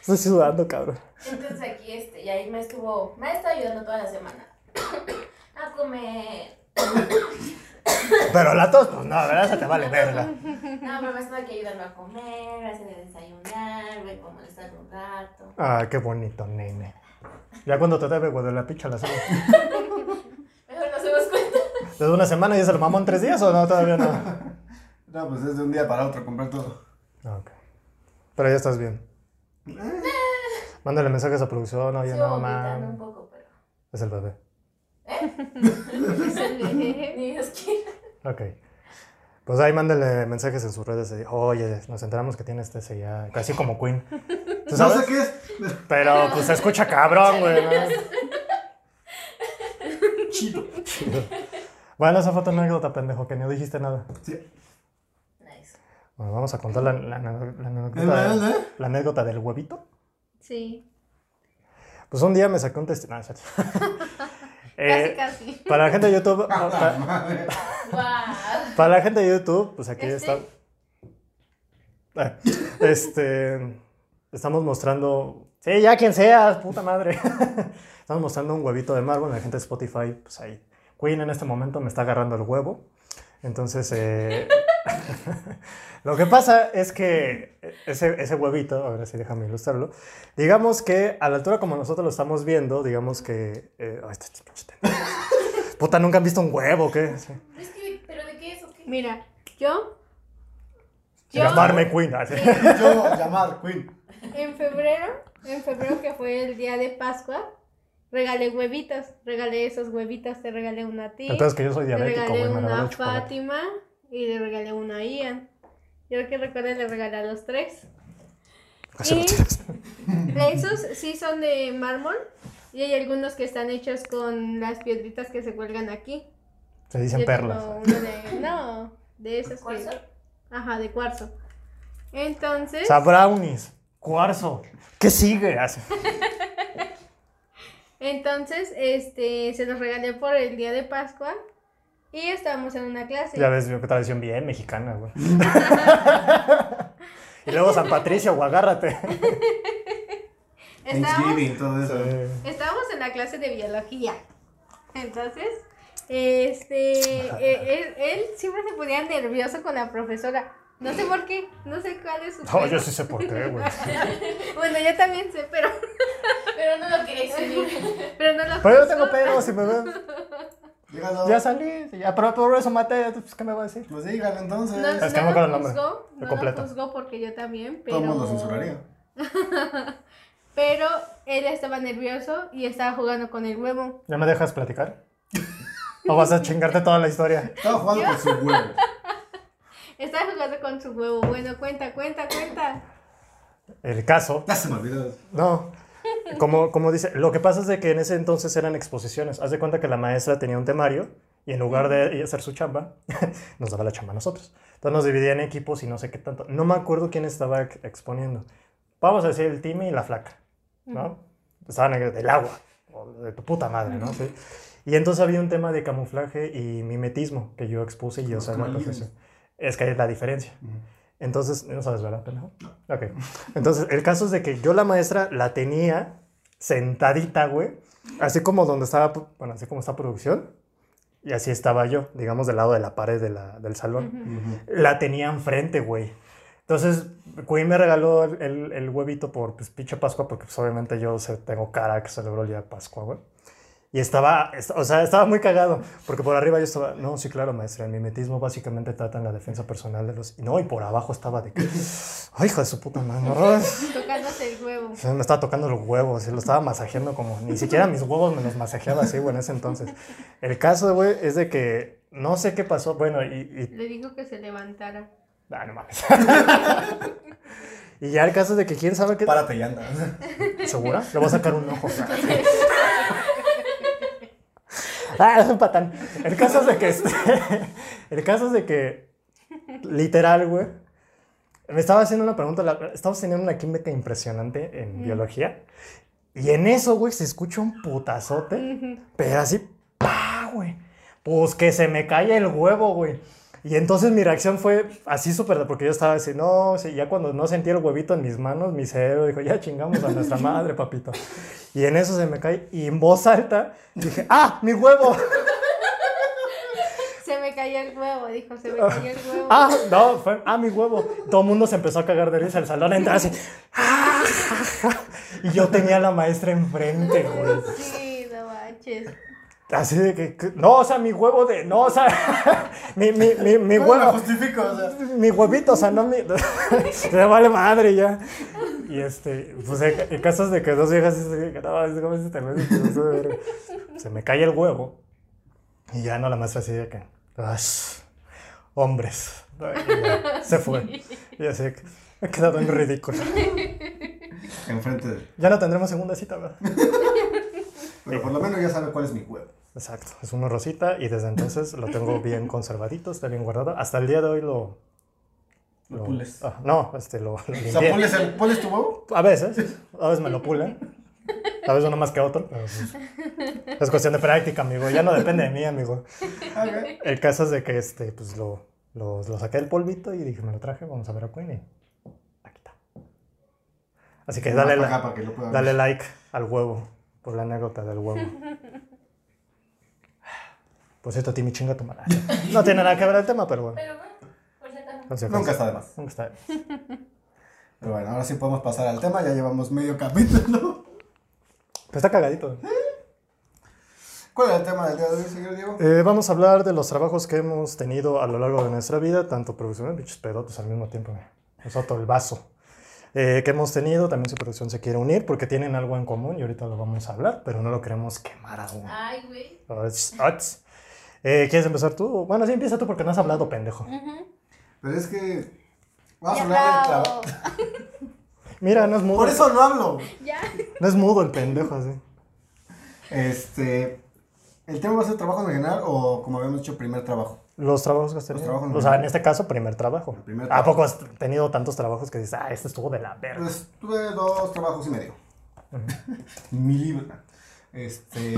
Estoy sudando, cabrón. Entonces aquí, este, y ahí me estuvo, me ha estado ayudando toda la semana a comer. Pero la tos, pues no, ¿verdad? Se te vale verga. No, pero me ha estado aquí ayudando a comer, a hacer el desayunar, me como molestar un rato. Ah, qué bonito, nene. Ya cuando te debe, güey, de la picha la semana. Mejor nos demos cuenta. ¿Desde una semana ya se lo mamó en tres días o no? Todavía no. No, pues es de un día para otro comprar todo. Ah, Ok. Pero ya estás bien. Mándale mensajes a producción, oye, Sigo no, vomitando un man. poco, pero. Es el bebé. Ni Dios quiera. Ok. Pues ahí mándale mensajes en sus redes. de, Oye, nos enteramos que tienes este ya, casi como Queen. ¿Tú No sabes? sé qué es. Pero pues se escucha cabrón, güey. ¿no? Chido. Chido. Bueno, esa fue tu anécdota, pendejo, que no dijiste nada. Sí. Nice. Bueno, vamos a contar la, la- la ¿Es anécdota, verdad, eh? la anécdota del huevito. Sí, Pues un día me sacó un testimonio. No, es cierto. casi, Eh, casi. para la gente de YouTube, Ah, la para, madre. Wow. para la gente de YouTube, pues aquí Este. está. Ah, Este, estamos mostrando. Sí, ya quien seas, puta madre. Estamos mostrando un huevito de mármol. La gente de Spotify, pues ahí. Queen en este momento me está agarrando el huevo. Entonces, eh, lo que pasa es que ese, ese huevito, ahora sí déjame ilustrarlo, digamos que a la altura como nosotros lo estamos viendo, digamos que... eh, ay, este pinche tenedor. Puta, ¿nunca han visto un huevo? o ¿Qué? Sí. Es que, ¿pero de qué es o qué? Mira, yo. Yo Llamarme Queen. así. Yo, llamar, Queen. en febrero, en febrero que fue el día de Pascua, regalé huevitos, regalé esos huevitos, te regalé una a ti, Entonces que yo soy le diabético, regalé güey, me una regaló a chocolate. Fátima y le regalé una a Ian. Yo que recuerdo le regalé a los tres. Casi lo Y- tiras. Esos sí son de mármol y hay algunos que están hechos con las piedritas que se cuelgan aquí. Se dicen Yo tengo perlas. uno de- no, de esos que- ¿Cuarzo? Ajá, de cuarzo. Entonces, O sea, brownies, cuarzo. ¿Qué sigue? Así. entonces, este, se los regalé por el día de Pascua y estábamos en una clase. Ya ves, veo que tradición bien mexicana, güey. y luego San Patricio, güey, agárrate. Estábamos, Thanksgiving, todo eso. estábamos en la clase de biología. Entonces, este, eh, él, él siempre se ponía nervioso con la profesora. No sé por qué, no sé cuál es su No, tema. yo sí sé por qué, güey. Bueno, yo también sé, pero, Pero no lo quería exhibir. pero no lo Pero yo puso. tengo pedos, si me ven. Dígalo. Ya salí, ya, pero por eso maté, pues, ¿qué me va a decir? Pues dígalo entonces. No, Es que no me no acuerdo el lo nombre, juzgo, lo no lo completo. juzgo porque yo también, pero... Todo el mundo censuraría. Pero él estaba nervioso y estaba jugando con el huevo. ¿Ya me dejas platicar? ¿O vas a chingarte toda la historia? Estaba jugando con su huevo. Estaba jugando con su huevo. Bueno, cuenta, cuenta, cuenta. El caso, Ya se me olvidó. no. Como, como dice, lo que pasa es de que en ese entonces eran exposiciones. Haz de cuenta que la maestra tenía un temario y en lugar de ella hacer su chamba, nos daba la chamba a nosotros. Entonces nos dividían en equipos y no sé qué tanto. No me acuerdo quién estaba ex- exponiendo. Vamos a decir el Timmy y la flaca, ¿no? Estaban en- del agua, o de tu puta madre, ¿no? Sí. Y entonces había un tema de camuflaje y mimetismo que yo expuse y yo Los salí la colmillos. profesión. Es que ahí es la diferencia. Entonces, no sabes, ¿verdad, pendejo? Ok. Entonces, el caso es de que yo la maestra la tenía sentadita, güey. Así como donde estaba, bueno, así como está producción. Y así estaba yo, digamos, del lado de la pared de la- del salón. Ujú. La tenía enfrente, güey. Entonces, Queen me regaló el, el- el huevito por pues, pinche Pascua, porque pues, obviamente yo se- tengo cara que celebró el día de Pascua, güey. Y estaba, est- o sea, estaba muy cagado, porque por arriba yo estaba, no, sí, claro, maestra, el mimetismo básicamente trata en la defensa personal de los... Y no, y por abajo estaba de que, ay, hijo de su puta madre, no, Tocándose el huevo. se me estaba tocando los huevos, se lo estaba masajeando como, ni siquiera mis huevos me los masajeaba así, güey, en ese entonces. El caso, güey, es de que no sé qué pasó, bueno, y- y Le dijo que se levantara. Ah, no mames. y ya el caso es de que quién sabe qué. Párate y anda. ¿Segura? Le voy a sacar un ojo. ah, es un patán. El caso es de que este. el caso es de que. Literal, güey. Me estaba haciendo una pregunta. la- Estamos teniendo una química impresionante en Mm. biología. Y en eso, güey, se escucha un putazote. Pero así, ¡pa, güey! Pues que se me cae el huevo, güey. Y entonces mi reacción fue así súper, porque yo estaba así, no, sí, ya cuando no sentí el huevito en mis manos, mi cerebro dijo, ya chingamos a nuestra madre, papito. Y en eso se me cae, y en voz alta dije, ¡ah, mi huevo! Se me cayó el huevo, dijo, se me cayó el huevo. ¡ah, no, fue, ah, mi huevo! Todo el mundo se empezó a cagar de risa, el salón entraba así, ¡ah, ja, ja". Y yo tenía a la maestra enfrente, güey. Sí, no manches. Así de que, que- no, o sea, mi huevo de, no, o sea, mi, mi, mi, mi ¿Cómo lo huevo. justifico? O sea, mi huevito, o sea, no mi. Me vale madre ya. Y este, pues en casos de que dos viejas se dicen, no, es como si te lo- te lo- te lo- se me cae el huevo. Y ya no, la maestra así de que, "Ash, hombres. Y ya, se fue. Y así de que, he quedado en ridículo. enfrente de él. Ya no tendremos segunda cita, ¿verdad? Pero por lo menos ya sabe cuál es mi huevo. Exacto, es uno rosita y desde entonces lo tengo bien conservadito, está bien guardado. Hasta el día de hoy lo. Lo pules. ah, no, este, lo, lo O limpié. sea, ¿pules, el- ¿pules tu huevo? A veces, a veces me lo pulen. A veces uno más que otro. pero, pues, es cuestión de práctica, amigo. Ya no depende de mí, amigo. Ah, Ok. El caso es de que este, pues lo, lo, lo saqué del polvito y dije, me lo traje, vamos a ver a Queen. y Aquí está. Así que dale, Para la- acá, pues. para que lo pueda ver. dale like al huevo por la anécdota del huevo. Pues esto, Timmy, chinga tu madre. No tiene nada que ver el tema, pero bueno. Pero bueno, por si acaso. Consecuencias. Nunca está de más. Nunca está. Pero bueno, ahora sí podemos pasar al tema. Ya llevamos medio capítulo. Pero está cagadito. ¿Cuál es el tema del día de hoy, señor Diego? Eh, vamos a hablar de los trabajos que hemos tenido a lo largo de nuestra vida, tanto profesionales, bichos pedotes al mismo tiempo, güey. nosotros el vaso, eh, que hemos tenido. También su producción se quiere unir porque tienen algo en común y ahorita lo vamos a hablar, pero no lo queremos quemar aún. Ay, güey. Ots, ots. Eh, ¿Quieres empezar tú? Bueno, sí, empieza tú porque no has hablado, pendejo. Ujú. Pero es que. Vamos a Ya hablar del bravo. trabajo. Mira, no es mudo. Por eso no hablo. Ya. No es mudo el pendejo, así. Este. ¿El tema va a ser trabajo en general o, como habíamos dicho, primer trabajo? Los trabajos que has tenido. trabajos, o sea, en este caso, primer trabajo. El primer ¿A trabajo. poco has tenido tantos trabajos que dices, ah, este estuvo de la verga? Pues tuve dos trabajos y medio. Mi libro. Este.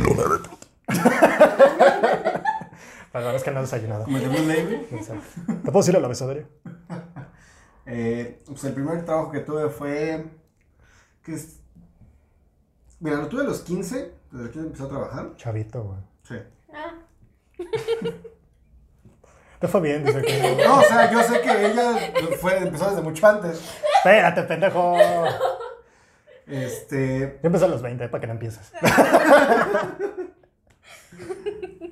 Para la verdad es que no has desayunado. Como el de Blue Label. Exacto. ¿Te puedo ir a la besadería? Eh, pues el primer trabajo que tuve fue. Que es. Mira, lo tuve a los 15. Desde que empecé a trabajar. Chavito, güey. Sí. Ah, Te fue bien, dice que. No, o sea, yo sé que ella fue, empezó desde mucho antes. Espérate, pendejo. Yo Este. empecé a los 20, para que no empieces.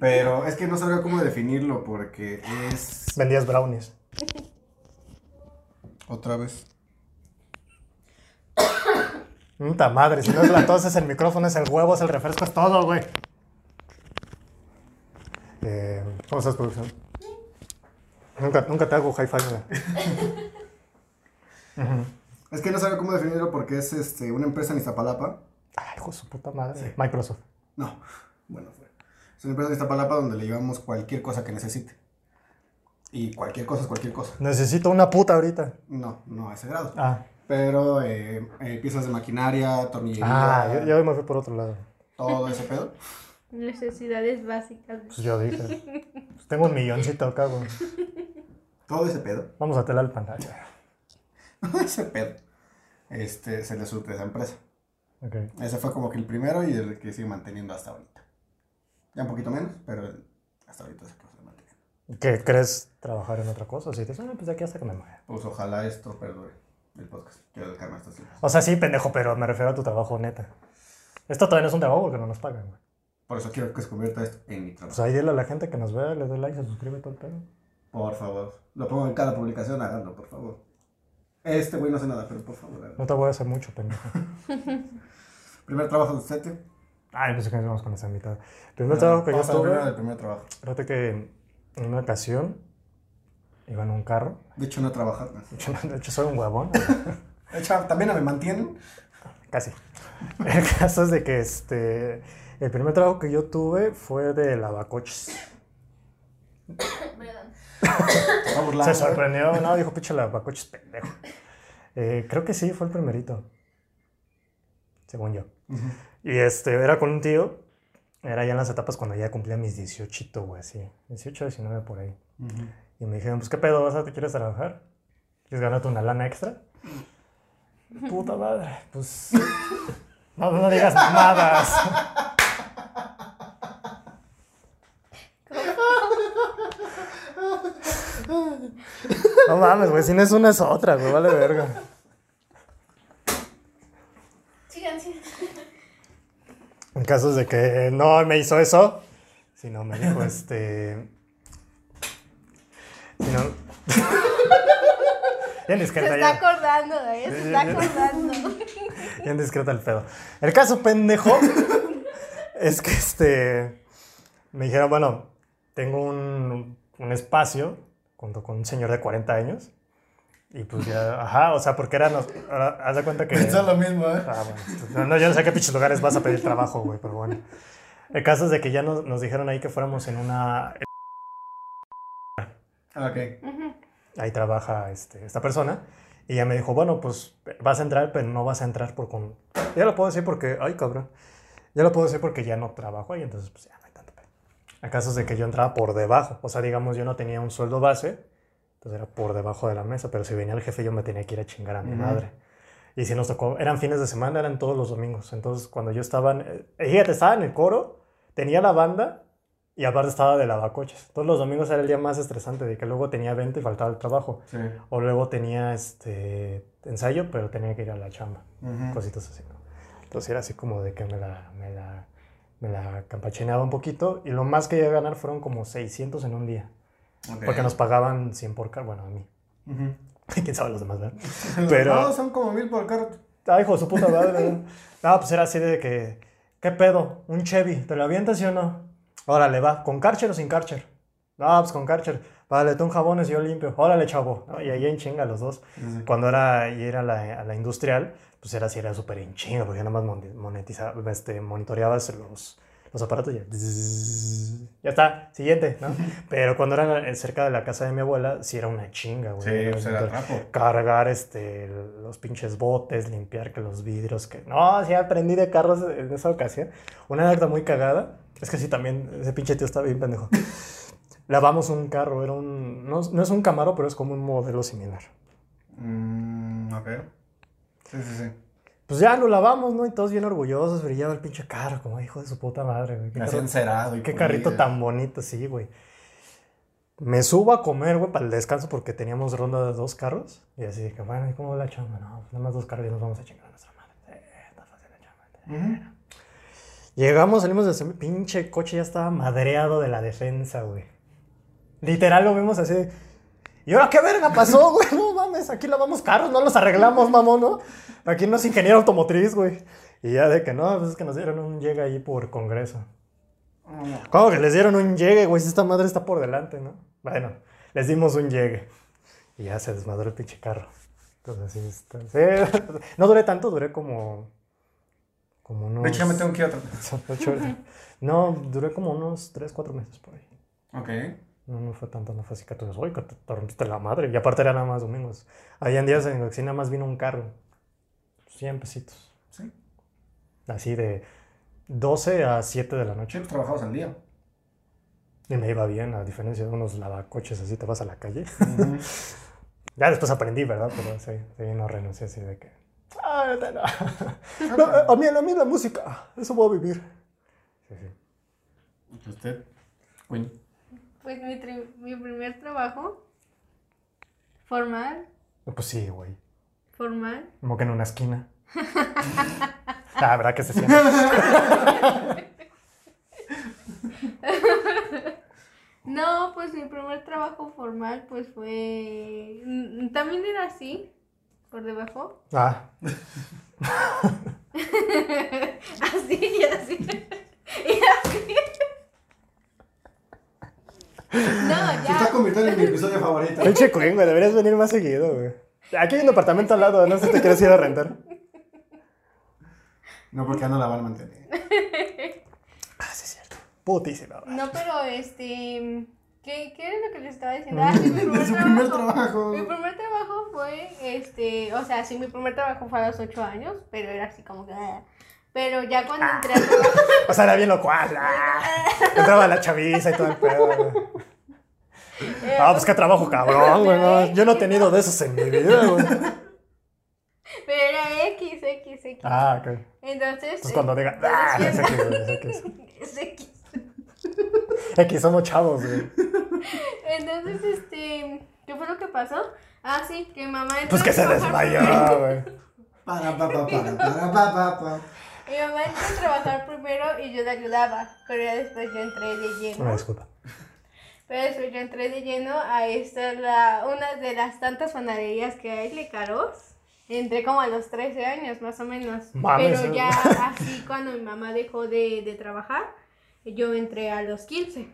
Pero es que no sabría cómo definirlo porque es. Vendías brownies. Otra vez. Puta madre, si no es la tos, es el micrófono, es el huevo, es el refresco, es todo, güey. Eh, ¿Cómo estás, producción? Nunca, nunca te hago high five, güey. Ujú. Es que no sabría cómo definirlo porque es este, una empresa en Iztapalapa. Ay, hijo de su puta madre. Microsoft. No, bueno, fue. Es una empresa de Iztapalapa donde le llevamos cualquier cosa que necesite. Y cualquier cosa es cualquier cosa. Necesito una puta ahorita. No, no a ese grado. Ah, Pero eh, eh, piezas de maquinaria, tornillería, ah yo, yo me fui por otro lado. todo ese pedo. necesidades básicas. Pues yo dije. pues tengo un milloncito acá, güey. Todo ese pedo. Vamos a telar el pantalla. Todo ese pedo. Este, se le surte esa empresa. Ok. Ese fue como que el primero y el que sigue manteniendo hasta ahorita. Ya un poquito menos, pero hasta ahorita es el que se mantiene. ¿Qué crees trabajar en otra cosa? Si te suena, pues de aquí hasta que me muera. Pues ojalá esto perdure el podcast. Quiero dedicarme a estas cosas. O sea, sí, pendejo, pero me refiero a tu trabajo neta. Esto todavía no es un trabajo porque no nos pagan, güey. Por eso quiero que se convierta esto en mi trabajo. Pues ahí dile a la gente que nos vea, le dé like, se suscribe todo el pedo. Por favor. Lo pongo en cada publicación, háganlo, por favor. Este güey no hace nada, pero por favor, háganlo. No te voy a hacer mucho, pendejo. Primer trabajo de Sergio. Ay, pensé que nos íbamos con esa mitad. Primer trabajo que yo Vamos tú primero tuve, del primer trabajo. fíjate que en una ocasión iba en un carro. De hecho, no trabajar. no. De hecho, de hecho, soy un huevón. De hecho, también me mantienen. Casi. El caso es de que este. El primer trabajo que yo tuve fue de lavacoches. Perdón. Se va a burlar, Se güey. sorprendió, no, dijo pinche lavacoches pendejo. Eh, creo que sí, fue el primerito. Según yo. Ujú. Y este, era con un tío. Era ya en las etapas cuando ya cumplía mis 18, güey, así. 18, 19 por ahí. Ujú. Y me dijeron, pues qué pedo, vas a te quieres trabajar? ¿Quieres ganarte una lana extra? Puta madre, pues. No, no digas mamadas. No mames, güey, si no es una es otra, güey, vale verga. Sigan, sigan. En casos de que no me hizo eso, sino me dijo este. Sino. Bien Se discreta está ya. acordando, ¿eh? Se está acordando. Bien discreta el pedo. El caso pendejo es que este. Me dijeron, bueno, tengo un, un espacio junto con un señor de 40 años. Y pues ya, ajá, o sea, porque era. nos- ahora, haz de cuenta que. Pensó lo mismo, ¿eh? Ah, bueno. No, no, yo no sé a qué pinches lugares vas a pedir trabajo, güey, pero bueno. El caso es de que ya nos, nos dijeron ahí que fuéramos en una... Ah, Ok. Ahí trabaja este, esta persona. Y ella me dijo, bueno, pues vas a entrar, pero no vas a entrar por... Con... Ya lo puedo decir porque... Ay, cabrón. Ya lo puedo decir porque ya no trabajo ahí, entonces pues ya no hay tanto pedo. El caso es de que yo entraba por debajo. O sea, digamos, yo no tenía un sueldo base, entonces era por debajo de la mesa, pero si venía el jefe yo me tenía que ir a chingar a mi Ujú. madre. Y si nos tocó, eran fines de semana, eran todos los domingos. Entonces, cuando yo estaba, en, eh, fíjate, estaba en el coro, tenía la banda y aparte estaba de lavacoches. Todos los domingos era el día más estresante, de que luego tenía 20 y faltaba el trabajo. Sí. O luego tenía este ensayo, pero tenía que ir a la chamba. Ujú. Cositas así, ¿no? Entonces era así como de que me la, me la, me la campacheneaba un poquito. Y lo más que llegué a ganar fueron como 600 en un día. Ok. Porque nos pagaban 100 por carro. Bueno, a mí. Ujú. Quién sabe los demás, ¿verdad? Pero- No, son como mil por carro. Ah, hijo de su puta madre. ¿no? No, pues era así de que, ¿qué pedo? Un Chevy, ¿te lo avientas sí o no? Órale, va, ¿con Karcher o sin Karcher? No, pues con Karcher. Vale, tú un jabones y yo limpio. Órale, chavo. ¿no? Y ahí en chinga los dos. Sí, sí. Cuando era y era la, a la industrial, pues era así, era súper en chinga, porque nada más mon- monetizaba, este, monitoreabas los, los aparatos y ya, zzzz. ya está, siguiente, ¿no? Pero cuando era en- cerca de la casa de mi abuela, sí era una chinga, güey. Sí, Era pues era monitorear trapo. cargar este, los pinches botes, limpiar que los vidrios, que no, sí aprendí de carros en esa ocasión. Una anécdota muy cagada, es que sí, también ese pinche tío está bien pendejo. Lavamos un carro, era un, no, no es un Camaro, pero es como un modelo similar. Mm, ok. Sí, sí, sí. Pues ya lo lavamos, ¿no? Y todos bien orgullosos, brillaba el pinche carro, como hijo de su puta madre, güey. ¿Qué, Así carro- encerado y qué carrito pulido. tan bonito, sí, güey. Me subo a comer, güey, para el descanso porque teníamos ronda de dos carros. Y así de que, bueno, ¿y cómo va la chamba? No, pues nada más dos carros y nos vamos a chingar a nuestra madre. Eh, está fácil la chamba. Ujú. Llegamos, salimos de ese pinche coche, ya estaba madreado de la defensa, güey. Literal lo vimos así. de, ¿Y ahora qué verga pasó, güey? No mames, aquí lavamos carros, no los arreglamos, mamón, ¿no? Aquí no es ingeniero automotriz, güey. Y ya de que no, pues es que nos dieron un llegue ahí por congreso. Mm. ¿Cómo que les dieron un llegue, güey? Si esta madre está por delante, ¿no? Bueno, les dimos un llegue. Y ya se desmadró el pinche carro. Entonces, sí, está- sí. no duré tanto, duré como. Como unos. De hecho, ya me tengo que ir a tra- Son ocho horas. No, duré como unos 3, 4 meses por ahí. Ok. No, no fue tanto, no fue así que tú dices, uy, que te, te rompiste la madre. Y aparte era nada más domingos. Había en días en los que sí nada más vino un carro. 100 pesitos. Sí. Así de 12 a 7 de la noche. Chicos, trabajamos al día. Y me iba bien, a diferencia de unos lavacoches así, te vas a la calle. Ujú. Ya después aprendí, ¿verdad? Pero sí, sí, no renuncié así de que... "Ah, ahorita no". No, eh, Ah, a, mí, a mí la música, eso voy a vivir. Sí, sí. pues, ¿Usted? Queen. Pues mi, tri- mi primer trabajo formal, No, Pues sí, güey. formal, Como que en una Ah, esquina. La verdad que se siente. No, pues mi primer trabajo formal pues fue... mm, También era así, por debajo. Ah, así y así. y así. No, Se está ya. convirtiendo en mi episodio favorito. pinche Queen, güey, deberías venir más seguido, güey. Aquí hay un apartamento al lado, no sé si te quieres ir a rentar. No, porque ya no la van a mantener. Ah, sí, es cierto. Putísima, güey. No, pero este... ¿Qué, qué era lo que les estaba diciendo? Ah, sí, mi De primer su primer trabajo. trabajo. Mi primer trabajo fue, este, o sea, sí, mi primer trabajo fue a los 8 años, pero era así como que... "Ah". Pero ya cuando entré a trabajar... O sea, era bien locuaz. ah. Entraba la chaviza y todo el pedo, güey. Ah, pues qué trabajo cabrón, güey. no, Yo no he tenido de esos en mi vida, güey. Pero era X, X, X. Ah, ok. Entonces... Entonces cuando diga, ah, es X, güey, es X. Es X. X, somos chavos, güey. Entonces, este, ¿qué fue lo que pasó? Ah, sí, que mi mamá entró Pues a que se trabajar- desmayó, güey. Para, pa, pa, para, para, pa, pa, pa. Mi mamá entró a trabajar primero y yo le ayudaba, pero ya después yo entré de lleno. Una disculpa. Pero después yo entré de lleno a esta, la, una de las tantas panaderías que hay, Lecaros. Entré como a los 13 años, más o menos. Mames, Pero eh. ya así, cuando mi mamá dejó de, de trabajar, yo entré a los 15.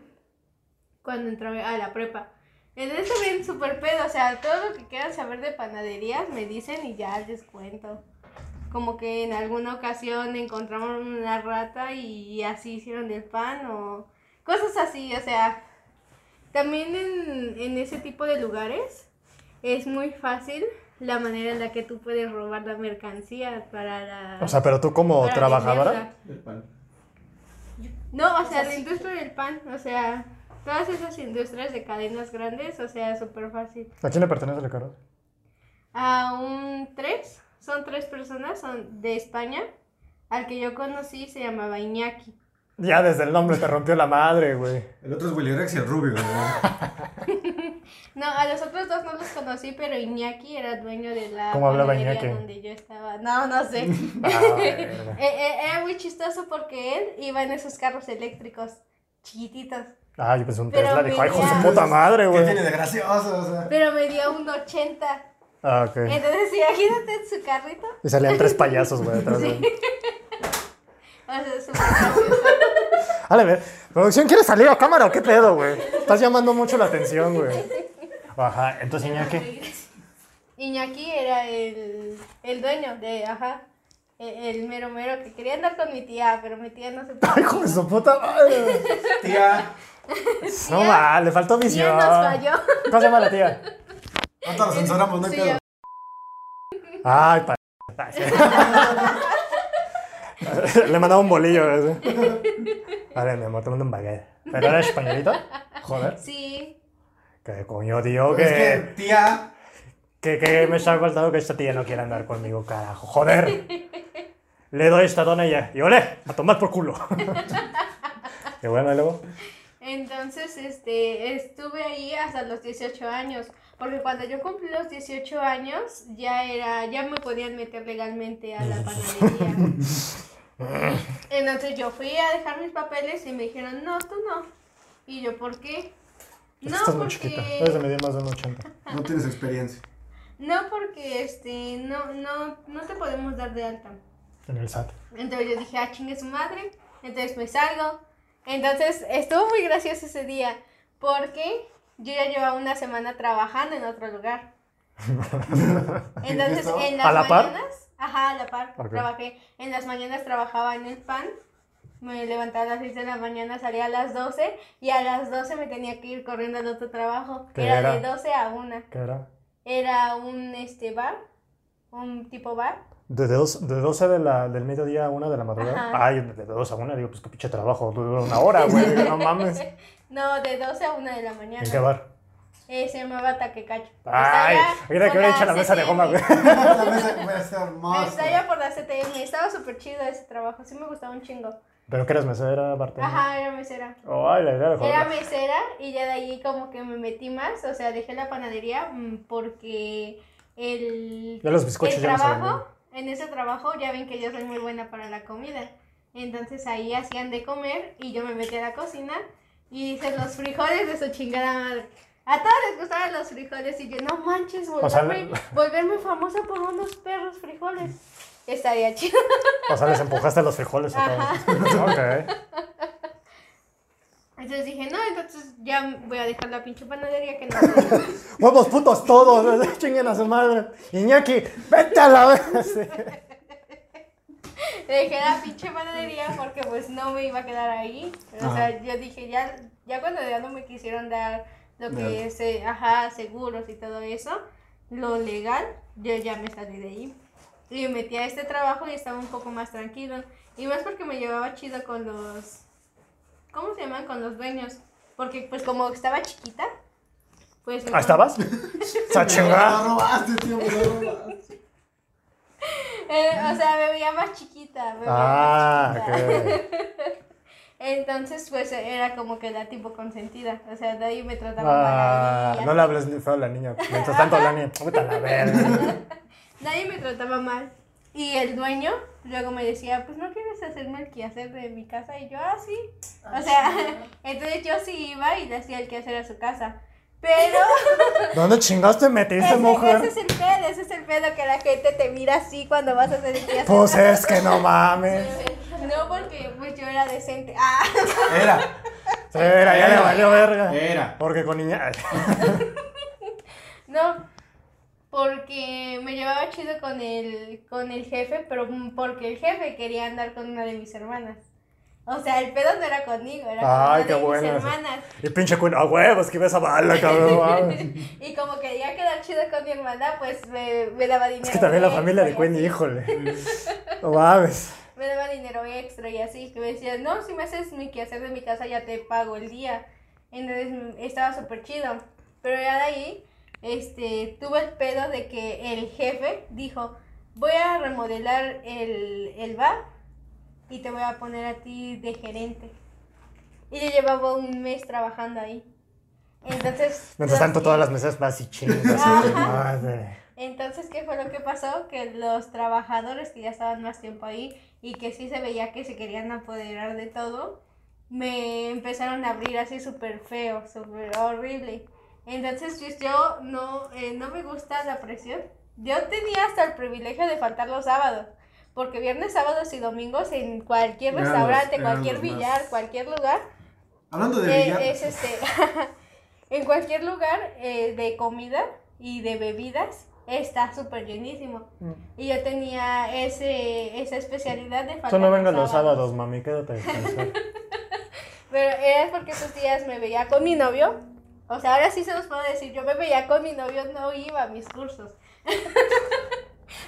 Cuando entré a la prepa. Entonces también súper pedo, o sea, todo lo que quieran saber de panaderías me dicen y ya les cuento. Como que en alguna ocasión encontramos una rata y así hicieron el pan o cosas así, o sea, también en, en ese tipo de lugares es muy fácil la manera en la que tú puedes robar la mercancía para la... O sea, pero tú como para trabajadora. venderla. El pan. No, o sea, así. la industria del pan, o sea, todas esas industrias de cadenas grandes, o sea, es súper fácil. ¿A quién le pertenece el carro? A un tres, son tres personas, son de España. Al que yo conocí se llamaba Iñaki. Ya desde el nombre te rompió la madre, güey. El otro es Willy Rex y el rubio, ¿verdad? No, a los otros dos no los conocí, pero Iñaki era dueño de la ¿Cómo hablaba panadería Iñaki? donde yo estaba. No, no sé. Ah, Eh, verga. eh, era muy chistoso porque él iba en esos carros eléctricos chiquititos. Ah, yo pensé un Pero Tesla. Dijo, ay, con su mira. puta madre, ¿Qué tiene güey. de gracioso? O sea, Pero medía un 80. Ah, ok. Entonces, imagínate en su carrito. Y salían tres payasos, güey, detrás de él. O sea, súper gracioso. A la ver, producción, ¿quieres salir a cámara o qué pedo, güey? Estás llamando mucho la atención, güey. Ajá, entonces Iñaki. Iñaki era el, el dueño de, ajá, el, el mero mero que quería andar con mi tía, pero mi tía no se pudo. Ay, hijo de su puta madre. güey. tía, No va, le faltó Tía visión. nos falló. ¿Cómo se llama la tía? ¿cuánto lo censuramos? No hay Sí, pedo. Ay, pa... Le mandaba un bolillo. güey, así. Vale, mi amor, te mando un baguette. ¿Pero era españolita? Joder. Sí. Que coño, tío, Pero Es que, que, tía, que, que me está faltando que esta tía no quiera andar conmigo, carajo. Joder. Le doy esta dona y ya. Y ole, a tomar por culo. Y bueno, y luego. Entonces, este, estuve ahí hasta los 18 años, porque cuando yo cumplí los 18 años, ya era, ya me podían meter legalmente a la panadería. Entonces yo fui a dejar mis papeles y me dijeron, no, tú no. Y yo, ¿por qué? Es que No, estás muy chiquita. Debes de porque, medir más de un 80. no tienes experiencia. no porque, este, no, no, no te podemos dar de alta. En el SAT. Entonces yo dije, ah, chingue su madre. Entonces me salgo. Entonces estuvo muy gracioso ese día porque yo ya llevaba una semana trabajando en otro lugar. Entonces estaba? en las ¿A la par? mañanas, ajá, a la par, Ok. trabajé. En las mañanas trabajaba en el pan. Me levantaba a las 6 de la mañana, salía a las 12 y a las 12 me tenía que ir corriendo al otro trabajo. ¿Qué era, era? de 12 a 1. ¿Qué era? Era un este bar, un tipo bar. De, dos, de 12 de la, del mediodía a 1 de la madrugada. Ajá. Ay, de 2 a 1, digo, pues qué pinche trabajo. Dura una hora, güey. No mames. No, de 12 a 1 de la mañana. ¿En qué bar? Eh, se llamaba Taquecacho. Ay, Está allá mira que por hubiera hecho la mesa de CTM. goma, güey. La mesa fue hermosa. Está allá por la CTM. Estaba súper chido ese trabajo. Sí me gustaba un chingo. Pero que eras mesera, bartender. Ajá, era mesera. Ay, la verdad, Era joder. mesera y ya de ahí como que me metí más. O sea, dejé la panadería mm, porque el, Ya los bizcochos el ya no se trabajo, vendían. en ese trabajo ya ven que yo soy muy buena para la comida. Entonces ahí hacían de comer y yo me metí a la cocina Y dice, los frijoles de su chingada madre. A todos les gustaban los frijoles y yo, no manches, volverme, O sea, volverme famosa por unos perros frijoles. Estaría chido. O sea, les empujaste los frijoles a todos. Ok. Entonces dije, no, entonces ya voy a dejar la pinche panadería que no. Huevos putos todos. Chinguen a su madre. Iñaki, vete a la vez. Dejé la "Ah, pinche panadería porque pues no me iba a quedar ahí. O sea, Ajá. yo dije, ya, ya cuando ya no me quisieron dar lo que Ya. es, eh, ajá, seguros y todo eso, lo legal, yo ya me salí de ahí. Y me metí a este trabajo y estaba un poco más tranquilo. Y más porque me llevaba chido con los, ¿cómo se llaman? Con los dueños. Porque pues como estaba chiquita, pues... me ¿Ah, estabas? ¡Sa Me chingada! lo robaste, tío, me lo robaste. Eh, o sea, me veía más chiquita. Me veía Ah, más chiquita. ok. Entonces, pues era como que la tipo consentida. O sea, de ahí me trataba Ah, mal. a mí, no le hables ni feo a la niña. Mientras tanto, la niña. Puta la verga. De ahí me trataba mal. Y el dueño luego me decía, pues no quieres hacerme el quehacer de mi casa. Y yo, ah, sí. O sea, entonces yo sí iba y le hacía el quehacer a su casa. Pero ¿Dónde chingaste metiste, ese, ese mujer? es el pedo, ese es el pedo que la gente te mira así cuando vas a hacer el quehacer. Pues es que no mames. No, porque pues yo era decente. Ah. Era. Sí, Mira, Eh. ya le valió verga. Era. Porque con niña. No, porque me llevaba chido con el, con el jefe, pero m- porque el jefe quería andar con una de mis hermanas. O sea, el pedo no era conmigo, era con Ay, una qué de buena. mis hermanas. Y pinche culo. A huevos, que ves a bala, cabrón. no mames. Y como quería quedar chido con mi hermana, pues me, me daba dinero. Es que también la extra familia de y Quinn, así. híjole. No mames. Me daba dinero extra y así. Que me decía, no, si me haces mi quehacer de mi casa, ya te pago el día. Entonces mm, estaba súper chido. Pero ya de ahí, este, tuve el pedo de que el jefe dijo, voy a remodelar el, el bar y te voy a poner a ti de gerente. Y yo llevaba un mes trabajando ahí. Entonces... Mientras tanto, los- todas las mesas más y chingas. a tu Ah. madre. entonces, ¿qué fue lo que pasó? Que los trabajadores que ya estaban más tiempo ahí y que sí se veía que se querían apoderar de todo, me empezaron a abrir así súper feo, súper horrible. Entonces, pues, yo no, eh, no me gusta la presión. Yo tenía hasta el privilegio de faltar los sábados, porque viernes, sábados y domingos en cualquier Eran los- restaurante, eran cualquier los más- billar, cualquier lugar, Hablando de eh, billar. es este. en cualquier lugar eh, de comida y de bebidas está súper llenísimo. Mm. Y yo tenía ese, esa especialidad de faltar Tú no vengas los sábados, mami, quédate. a descansar. Pero era porque esos días me veía con mi novio. O sea, ahora sí se los puedo decir. Yo me veía con mi novio, no iba a mis cursos.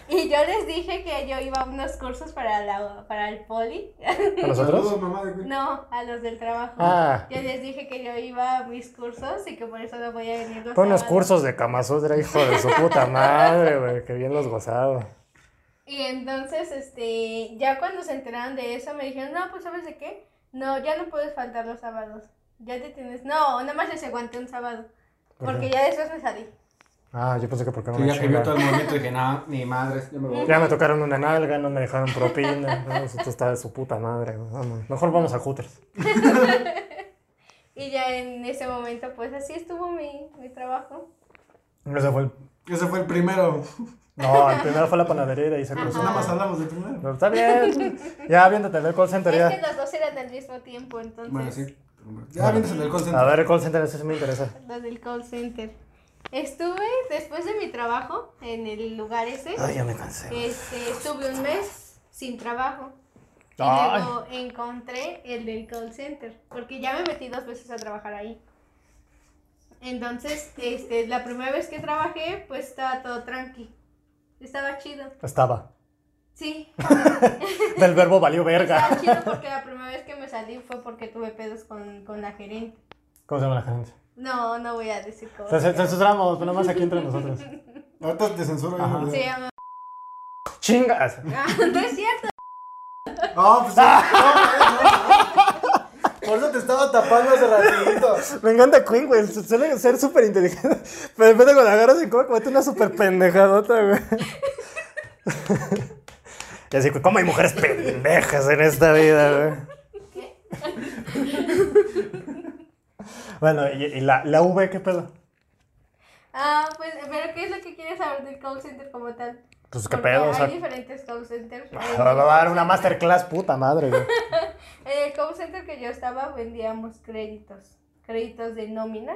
y yo les dije que yo iba a unos cursos para, la, para el poli. ¿Con nosotros? Saludos, mamá de Quinn. No, a los del trabajo. Ah. Yo les dije que yo iba a mis cursos y que por eso no voy a venir los Con los sábados. cursos de Kamasutra, hijo de su puta madre, güey. Que bien los gozaba. Y entonces, este, ya cuando se enteraron de eso, me dijeron, no, pues sabes de qué, no, ya no puedes faltar los sábados, ya te tienes, no, nada más les aguanté un sábado, ¿Por porque qué? ya después me salí. Ah, yo pensé que porque no Sí, me ya que vio todo chingaron. el movimiento dije, no, ni madres, yo me voy. Ya me tocaron una nalga, no me dejaron propina. No, esto está de su puta madre, güey. Vamos, Mejor vamos a Hooters. Y ya en ese momento, pues así estuvo mi, mi trabajo. Ese fue el... Ese fue el primero. No, el primero fue la panadería y de ahí se Pues cruzó. nada más hablamos del primero. Pero está bien. Ya viéndote en el call center Es que ya. los dos eran al mismo tiempo, entonces, Bueno, sí. Ya vienes en el call center. A ver, el call center, eso sí me interesa. los del call center. Estuve, después de mi trabajo, en el lugar ese, Ay, ya me cansé. este, estuve un mes sin trabajo. Y Ay. luego encontré el del call center, porque ya me metí dos veces a trabajar ahí. Entonces, este, la primera vez que trabajé, pues estaba todo tranqui. Estaba chido. Estaba. Sí, Del verbo valió verga. estaba chido porque la primera vez que me salí fue porque tuve pedos con, con la gerente. ¿Cómo se llama la gente? No, no voy a decir cómo. Entonces, se llama. censuramos, nada más aquí entre nosotros. Ahorita te censuro. yo Ajá. no Se sé. llama- Chingas. Ah, no es cierto. Ah, pues sí. No, no, no. Por eso te estaba tapando hace ratito. Me encanta Queen, güey. su- Suele ser súper inteligente. Pero de repente cuando agarras en coca, comete una súper pendejadota, güey. Y así, güey, ¿cómo hay mujeres pendejas en esta vida, güey? ¿Qué? Bueno, y, y la, la V, ¿qué pedo? Ah, pues, pero ¿qué es lo que quieres saber del call center como tal? Pues qué Porque pedo, o hay sea. diferentes call centers. Me va a dar una masterclass, puta madre, güey. En el Eh, call center que yo estaba vendíamos créditos, créditos de nómina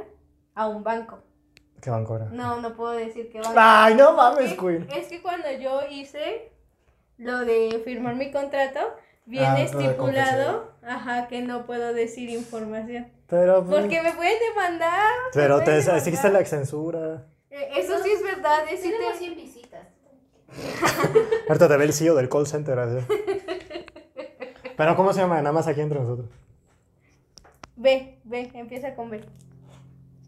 a un banco. ¿Qué banco era? No, no puedo decir que banco. Ay, no mames, Es güey. que- Es que cuando yo hice lo de firmar mi contrato, viene Ah, todo de estipulado, ajá, que no puedo decir información. Pero, pues, Porque me pueden demandar. me pero te pueden demandar. existe la censura. Eh, Eso sí es verdad, es sí te- Tenemos 100 visitas. Ahorita te ve el CEO del call center, así. Pero, ¿cómo se llama? Nada más aquí entre nosotros. Ve, ve, empieza con B.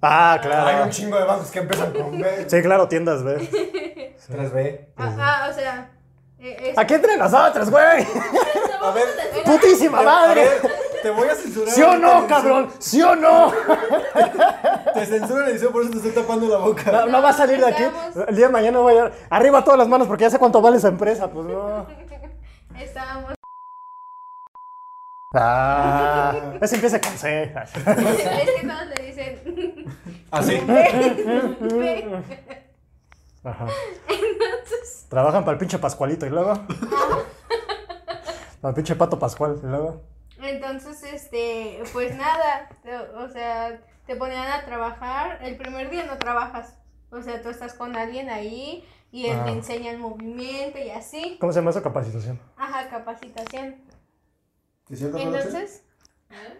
Ah, Hay claro. un chingo de bancos que empiezan con B. Sí, claro, tiendas, güey. 3B. Ah, ah, o sea, eh, es- Aquí entre nosotros, güey. A ver, Putísima madre. A ver, te voy a censurar. ¿Sí o no, Te cabrón? ¿Sí o no? censuro- Te censuro la edición, por eso te estoy tapando la boca. No, no va a salir de aquí. Estamos- El día de mañana voy a... Arriba todas las manos porque ya sé cuánto vale esa empresa, pues no. estábamos Ah, ese empieza con C. Es que todos le dicen. Así. Ve. Ajá. Trabajan para el pinche Pascualito y luego. Ah. Para el pinche Pato Pascual y luego. Entonces, este, pues nada, te- o sea, te ponían a trabajar. El primer día no trabajas. O sea, tú estás con alguien ahí y él Ah. te enseña el movimiento y así. ¿Cómo se llama esa capacitación? Ajá, capacitación. ¿Sí es cierto, Pablo? Entonces, Ah,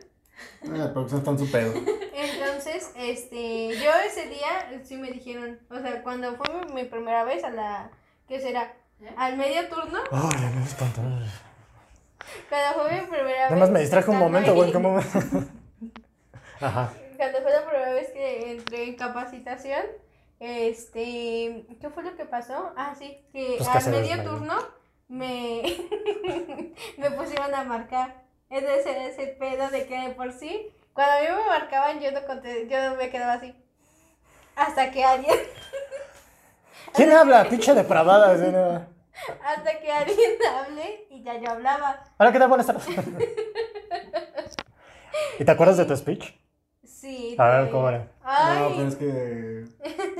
La producción está en su pedo. Entonces, este, yo ese día eh, sí me dijeron, o sea, cuando fue mi, mi primera vez a la, ¿qué será? Al medio turno, Ay, me espantó. Nada cuando fue mi primera vez. más me distraje un estando momento, güey. ahí, ¿Cómo me... Ajá. Cuando fue la primera vez que entré en capacitación, este, ¿qué fue lo que pasó? Ah, sí, que Pues que al se medio desmayó. turno me, me pusieron a marcar. Es de ese, ese pedo de que de por sí, cuando a mí me marcaban, yo no conté, yo me quedaba así. Hasta que alguien ¿Quién habla? Pinche depravada. así, no. Hasta que alguien hable y ya yo hablaba. Hola, ¿qué tal? Buenas tardes. ¿Y te acuerdas de tu speech? Sí. A ver, te- ¿cómo era? No, pues Ay, pero es que.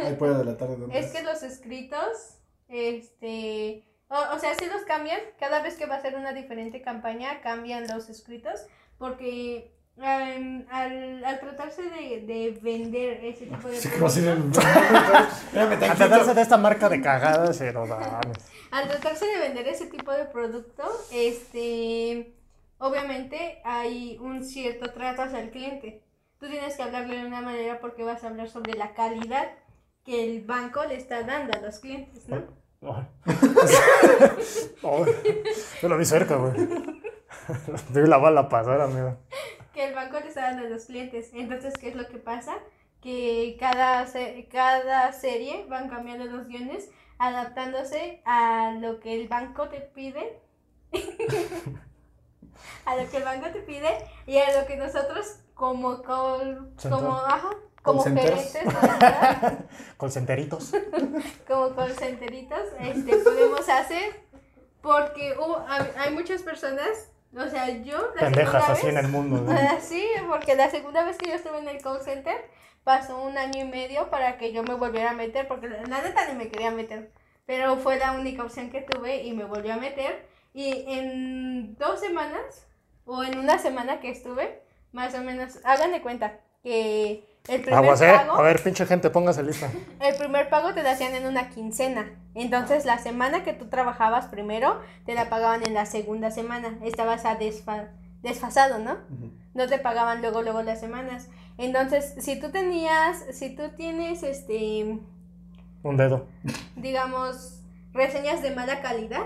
Ahí puede delatar de dónde es que los escritos, este, o, o sea, sí los cambian. Cada vez que va a ser una diferente campaña, cambian los escritos porque em, al, al tratarse de, de vender ese tipo de Sí, como si productos, el. Espérame, A tantito. tratarse de esta marca de cagadas, eh, no mames. al tratarse de vender ese tipo de producto, este, obviamente hay un cierto trato hacia el cliente. Tú tienes que hablarle de una manera porque vas a hablar sobre la calidad que el banco le está dando a los clientes, ¿no? Ay. Ay, Yo lo vi cerca, güey. Vi la bala pasar, amigo. Que el banco le está dando a los clientes. Entonces, ¿qué es lo que pasa? Que cada, se- cada serie van cambiando los guiones, adaptándose a lo que el banco te pide. a lo que el banco te pide y a lo que nosotros como call- Center. como ajá, como Call centers. gerentes ajá, Con centeritos. como call centeritos, este, podemos hacer porque hubo- hay, hay muchas personas o sea yo la Pendejas segunda así vez- en el mundo. güey. Ah, Sí, porque la segunda vez que yo estuve en el call center pasó un año y medio para que yo me volviera a meter, porque la la neta ni me quería meter, pero fue la única opción que tuve y me volví a meter. Y en dos semanas, o en una semana que estuve, más o menos, hagan de cuenta que el primer Aguas, eh. pago... A ver, pinche gente, póngase lista. El primer pago te lo hacían en una quincena. Entonces, la semana que tú trabajabas primero, te la pagaban en la segunda semana. Estabas a desfa- desfasado, ¿no? Ujú. No te pagaban luego, luego las semanas. Entonces, si tú tenías, si tú tienes, este, Un dedo. digamos, reseñas de mala calidad,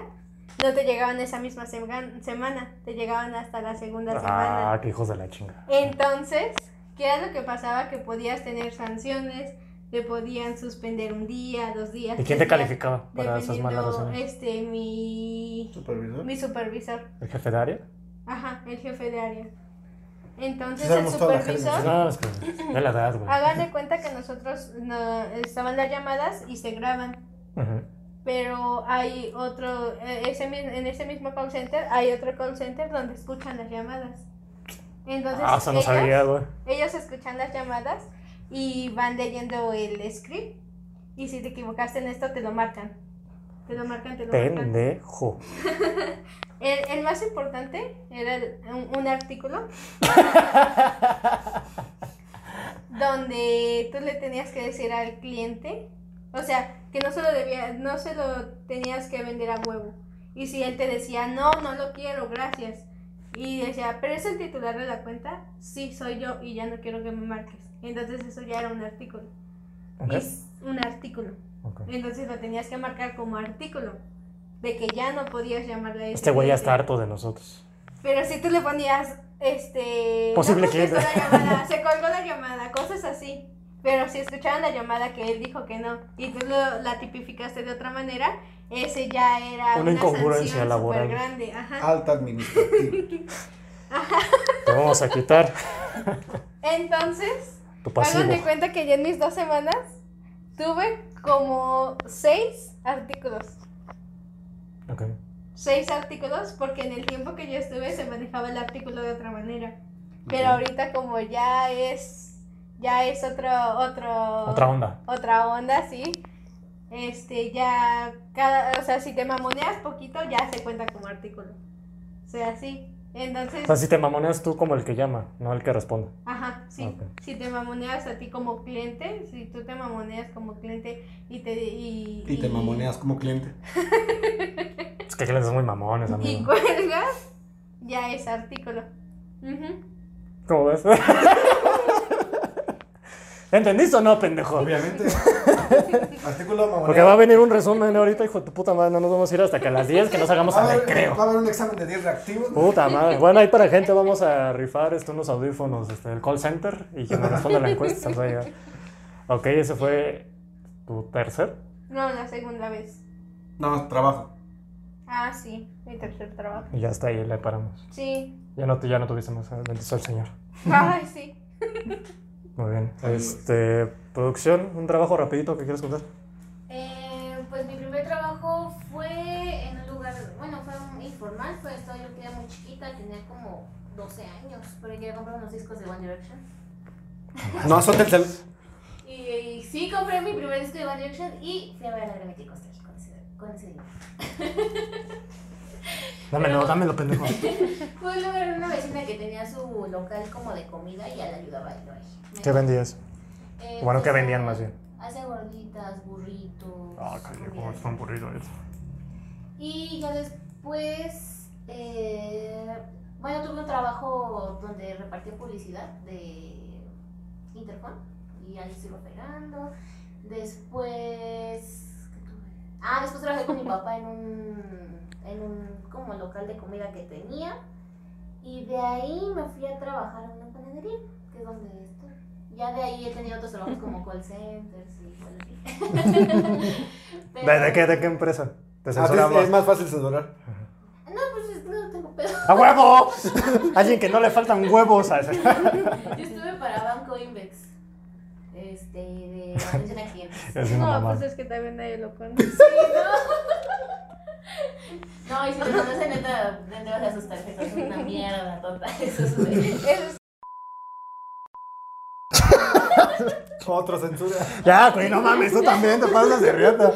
no te llegaban esa misma sema- semana. Te llegaban hasta la segunda semana. Ah, qué hijos de la chinga. Entonces, ¿qué era lo que pasaba? Que podías tener sanciones, te podían suspender un día, dos días. ¿Y quién te tres días, calificaba para esas malas dependiendo, razones? Este, mi, Supervisor. mi supervisor. ¿El jefe de área? Ajá, el jefe de área. Sí, Entonces, el sabemos toda la jerga, supervisor No, es que de la edad, güey. hagan de cuenta que nosotros no, estaban las llamadas y se graban. Ujú. Pero hay otro, eh, ese, mi- en ese mismo call center, hay otro call center donde escuchan las llamadas. Entonces, Ah, eso no ellas- sabía, güey. ellos escuchan las llamadas y van leyendo el script. Y si te equivocaste en esto, te lo marcan. Te lo marcan, te lo marcan. Pendejo. El, el más importante era el- un, un artículo donde tú le tenías que decir al cliente, o sea, que no se lo debía, no se lo tenías que vender a huevo. Y si él te decía, no, no lo quiero, gracias. Y decía, pero es el titular de la cuenta, sí, soy yo y ya no quiero que me marques. Entonces eso ya era un artículo. Ok, Es un artículo. ok. Entonces lo tenías que marcar como artículo. De que ya no podías llamarle a ese Este güey ya cliente. está harto de nosotros. Pero si tú le ponías, este... Posible no contestó cliente. la llamada, se colgó la llamada, cosas así. Pero si escuchaban la llamada que él dijo que no y tú lo- la tipificaste de otra manera, ese ya era Una una, incongruencia sanción laboral. Ah. súper grande. Ajá. Alta administrativa. Te vamos a quitar Entonces, tu pasivo. hagan de cuenta que ya en mis dos semanas tuve como seis artículos. Ok. Seis artículos porque en el tiempo que yo estuve se manejaba el artículo de otra manera. Pero Ok. ahorita como ya es ya es otro otro Otra onda. otra onda, sí. Este ya cada, o sea, si te mamoneas poquito ya se cuenta como artículo. O sea, sí. Entonces, O sea, si te mamoneas tú como el que llama, no el que responde. ajá, sí. Ok. Si te mamoneas a ti como cliente, si tú te mamoneas como cliente y te y, Y te mamoneas como cliente. Es que clientes son muy mamones, y amigo. cuelgas, ya es artículo. Ujú. ¿Cómo ves? ¿Entendiste o no, pendejo? Obviamente. Artículo mamoneo. Porque va a venir un resumen ahorita, hijo de tu puta madre. No nos vamos a ir hasta que a las 10 que nos hagamos Va a a haber- recreo. va a haber un examen de 10 reactivos. Puta madre. Bueno, ahí para gente vamos a rifar este, unos audífonos del call center y quien nos responda la encuesta se los va a llevar. Ok, ese fue tu tercer. No, la segunda vez. No, trabajo. Ah, sí, mi tercer trabajo. Y ya está ahí, le paramos. Sí. Ya no, tu- ya no tuviste más. eh, Bendito sea el Señor. Ay, sí. Muy bien. Este, producción, un trabajo rapidito que quieres contar. Eh, pues mi primer trabajo fue en un lugar, bueno, fue un informal, fue esto, yo quedé muy chiquita, tenía como 12 años, pero llegué a comprar unos discos de One Direction. No, suelta el Y, y sí, compré mi primer disco de One Direction y fui a ver a la Betty Costa con ese, con ese dinero. Dámelo, dámelo, pendejo. Fue un lugar, una vecina que tenía su local como de comida y ya le ayudaba a ir ahí. ¿Qué vendías? Eh, Bueno, ¿qué pues, vendían más bien? Hace gorditas, burritos. Ah, calle, comida cómo está aburrido eso. Y ya después, eh, bueno, tuve un trabajo donde repartí publicidad de Intercom y ahí sigo pegando. Después, ¿qué tuve? ah, después trabajé con mi papá en un, en un como local de comida que tenía y de ahí me fui a trabajar en una panadería, que es donde estoy. Ya de ahí he tenido otros trabajos como call centers y cosas así. ¿De, de qué, Pero- de qué empresa? Te A ti es- censuramos. es más fácil censurar. no, pues es- no tengo pedo. ¡A huevo! Alguien que no le faltan huevos. a ese. Yo estuve para Banco Invex. Este, de atención a clientes. Es una No, mamada. pues es que también nadie lo conoce. No, y si te conoces, neta, no te vas a asustar, que estás una mierda tonta. Eso es de- Eso es- Otra censura. Ya, güey, no mames, tú también te pasas de riata.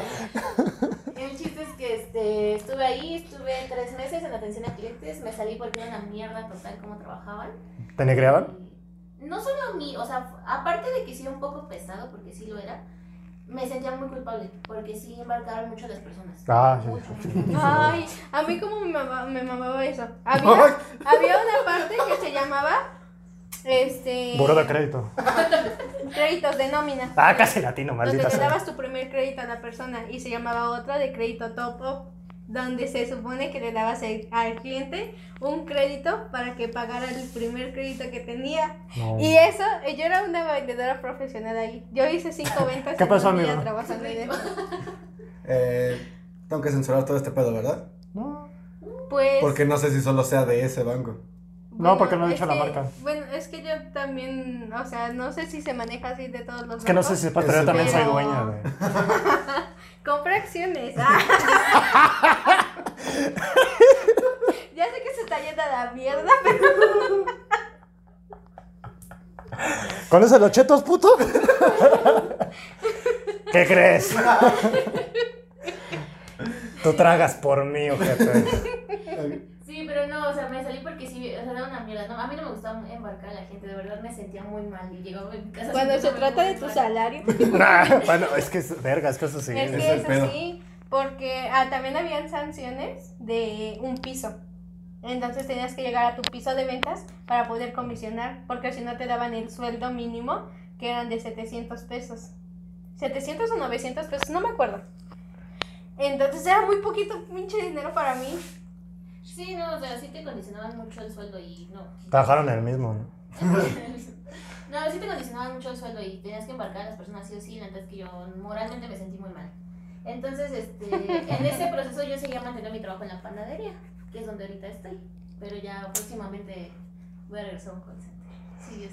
El chiste es que este, estuve ahí, estuve tres meses en atención a clientes. Me salí porque era una mierda total cómo trabajaban. ¿Te negreaban? Y No solo a mí, o sea, aparte de que sí era un poco pesado, porque sí lo era, me sentía muy culpable, porque sí embarcaron mucho a las personas. Ah, sí. mucho, mucho. Ay, a mí como mi mamá me mamaba eso. Ay. Había, había una parte que se llamaba este Buró de crédito. créditos de nómina. Ah, casi latino, Donde maldita te sea. dabas tu primer crédito a la persona y se llamaba otra de crédito top up, donde se supone que le dabas el- al cliente un crédito para que pagara el primer crédito que tenía. No. Y eso, eh, yo era una vendedora profesional ahí. Yo hice cinco ventas ¿Qué en pasó, un día amigo? trabajando en eso. Eh, tengo que censurar todo este pedo, ¿verdad? No. Pues Porque no sé si solo sea de ese banco. No, porque no he es dicho la que- marca. Bueno, es que yo también, o sea, no sé si se maneja así de todos los Es que no sé bancos. si sepas, pero yo también soy Pero- dueña, güey. Compra acciones. Ah. ya sé que se está yendo a la mierda, pero... ¿Conoces los chetos, puto? ¿Qué crees? Tú tragas por mí, ojete. Sí, pero no, o sea, me salí porque sí, o sea, era una mierda. No, a mí no me gustaba embarcar a la gente, de verdad me sentía muy mal. Y llegaba a mi casa. Cuando se sintiéndome trata muy de tu mal. salario. Nah, bueno, es que es verga, es que eso sí. Es es que el es pedo. así, porque ah, también habían sanciones de un piso. Entonces tenías que llegar a tu piso de ventas para poder comisionar, porque si no te daban el sueldo mínimo, que eran de 700 pesos. 700 o 900 pesos, no me acuerdo. Entonces era muy poquito pinche dinero para mí. Sí, no, o sea, sí te condicionaban mucho el sueldo y no. Trabajaron en el mismo, ¿no? No, sí te condicionaban mucho el sueldo y tenías que embarcar a las personas sí o sí, la neta es que yo moralmente me sentí muy mal. Entonces, este, en ese proceso yo seguía manteniendo mi trabajo en la panadería, que es donde ahorita estoy. Pero ya próximamente voy a regresar a un call center, si Dios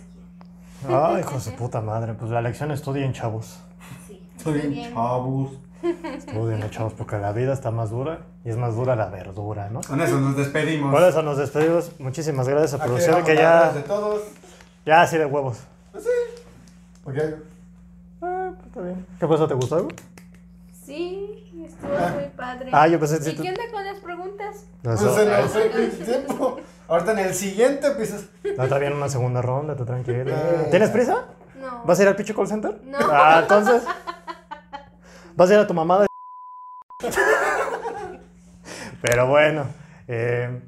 quiere. Ay, hijo de su puta madre. Pues la lección estudien, chavos. Sí. Estoy bien, bien. chavos. Estudien, chavos, porque la vida está más dura y es más dura la verdura, ¿no? Con eso nos despedimos. Por eso nos despedimos. Muchísimas gracias a Ah, Aquí producción vamos que a hablar De ya, todos. ya así de huevos. Porque Ah, pues está bien. ¿Qué pasó? ¿Te gustó algo? Sí, estuvo muy padre. Ah, yo pensé que ¿Y sí tú- qué onda con las preguntas? No, pues, eso- se nos fue el tiempo. Ahorita en el siguiente pues empiezas. no, está bien una segunda ronda, tú tranquila. Eh. ¿Tienes prisa? No. ¿Vas a ir al picho call center? No. Ah, entonces. Vas a ir a tu mamada. Pero bueno. eh,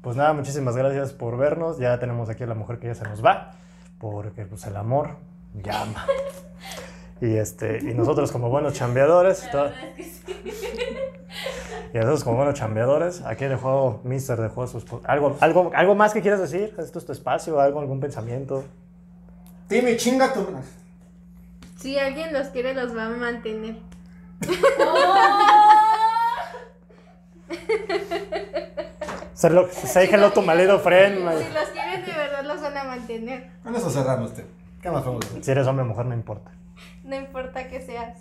pues nada, muchísimas gracias por vernos. Ya tenemos aquí a la mujer que ya se nos va. Porque pues el amor llama. Y este. Y nosotros como buenos chambeadores. La to- verdad es que sí. Y nosotros como buenos chambeadores. Aquí dejó Mister, dejó sus. po- ¿Algo, algo, ¿Algo más que quieras decir? Esto es tu espacio, algo, algún pensamiento. Timmy, chinga tu. Si alguien los quiere, los va a mantener. Say hello- say hello to my little friend. my- Si los quieren, de verdad los van a mantener. Con eso cerramos, usted. ¿Qué más vamos a hacer? Si eres hombre o mujer, no importa. No importa que seas.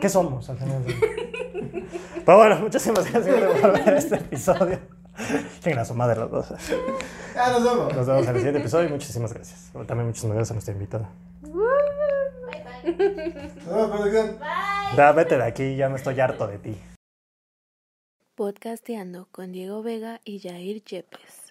¿Qué somos al final? del día? Pero bueno, muchísimas gracias por ver este episodio. Tengan a su madre los dos. Ya nos vemos. Nos vemos en el siguiente episodio y muchísimas gracias. También muchísimas gracias a nuestra invitada. Bye, bye. Nos vemos, producción. Bye. Ya vete de aquí, ya me estoy harto de ti. Podcasteando con Diego Vega y Jair Yepes.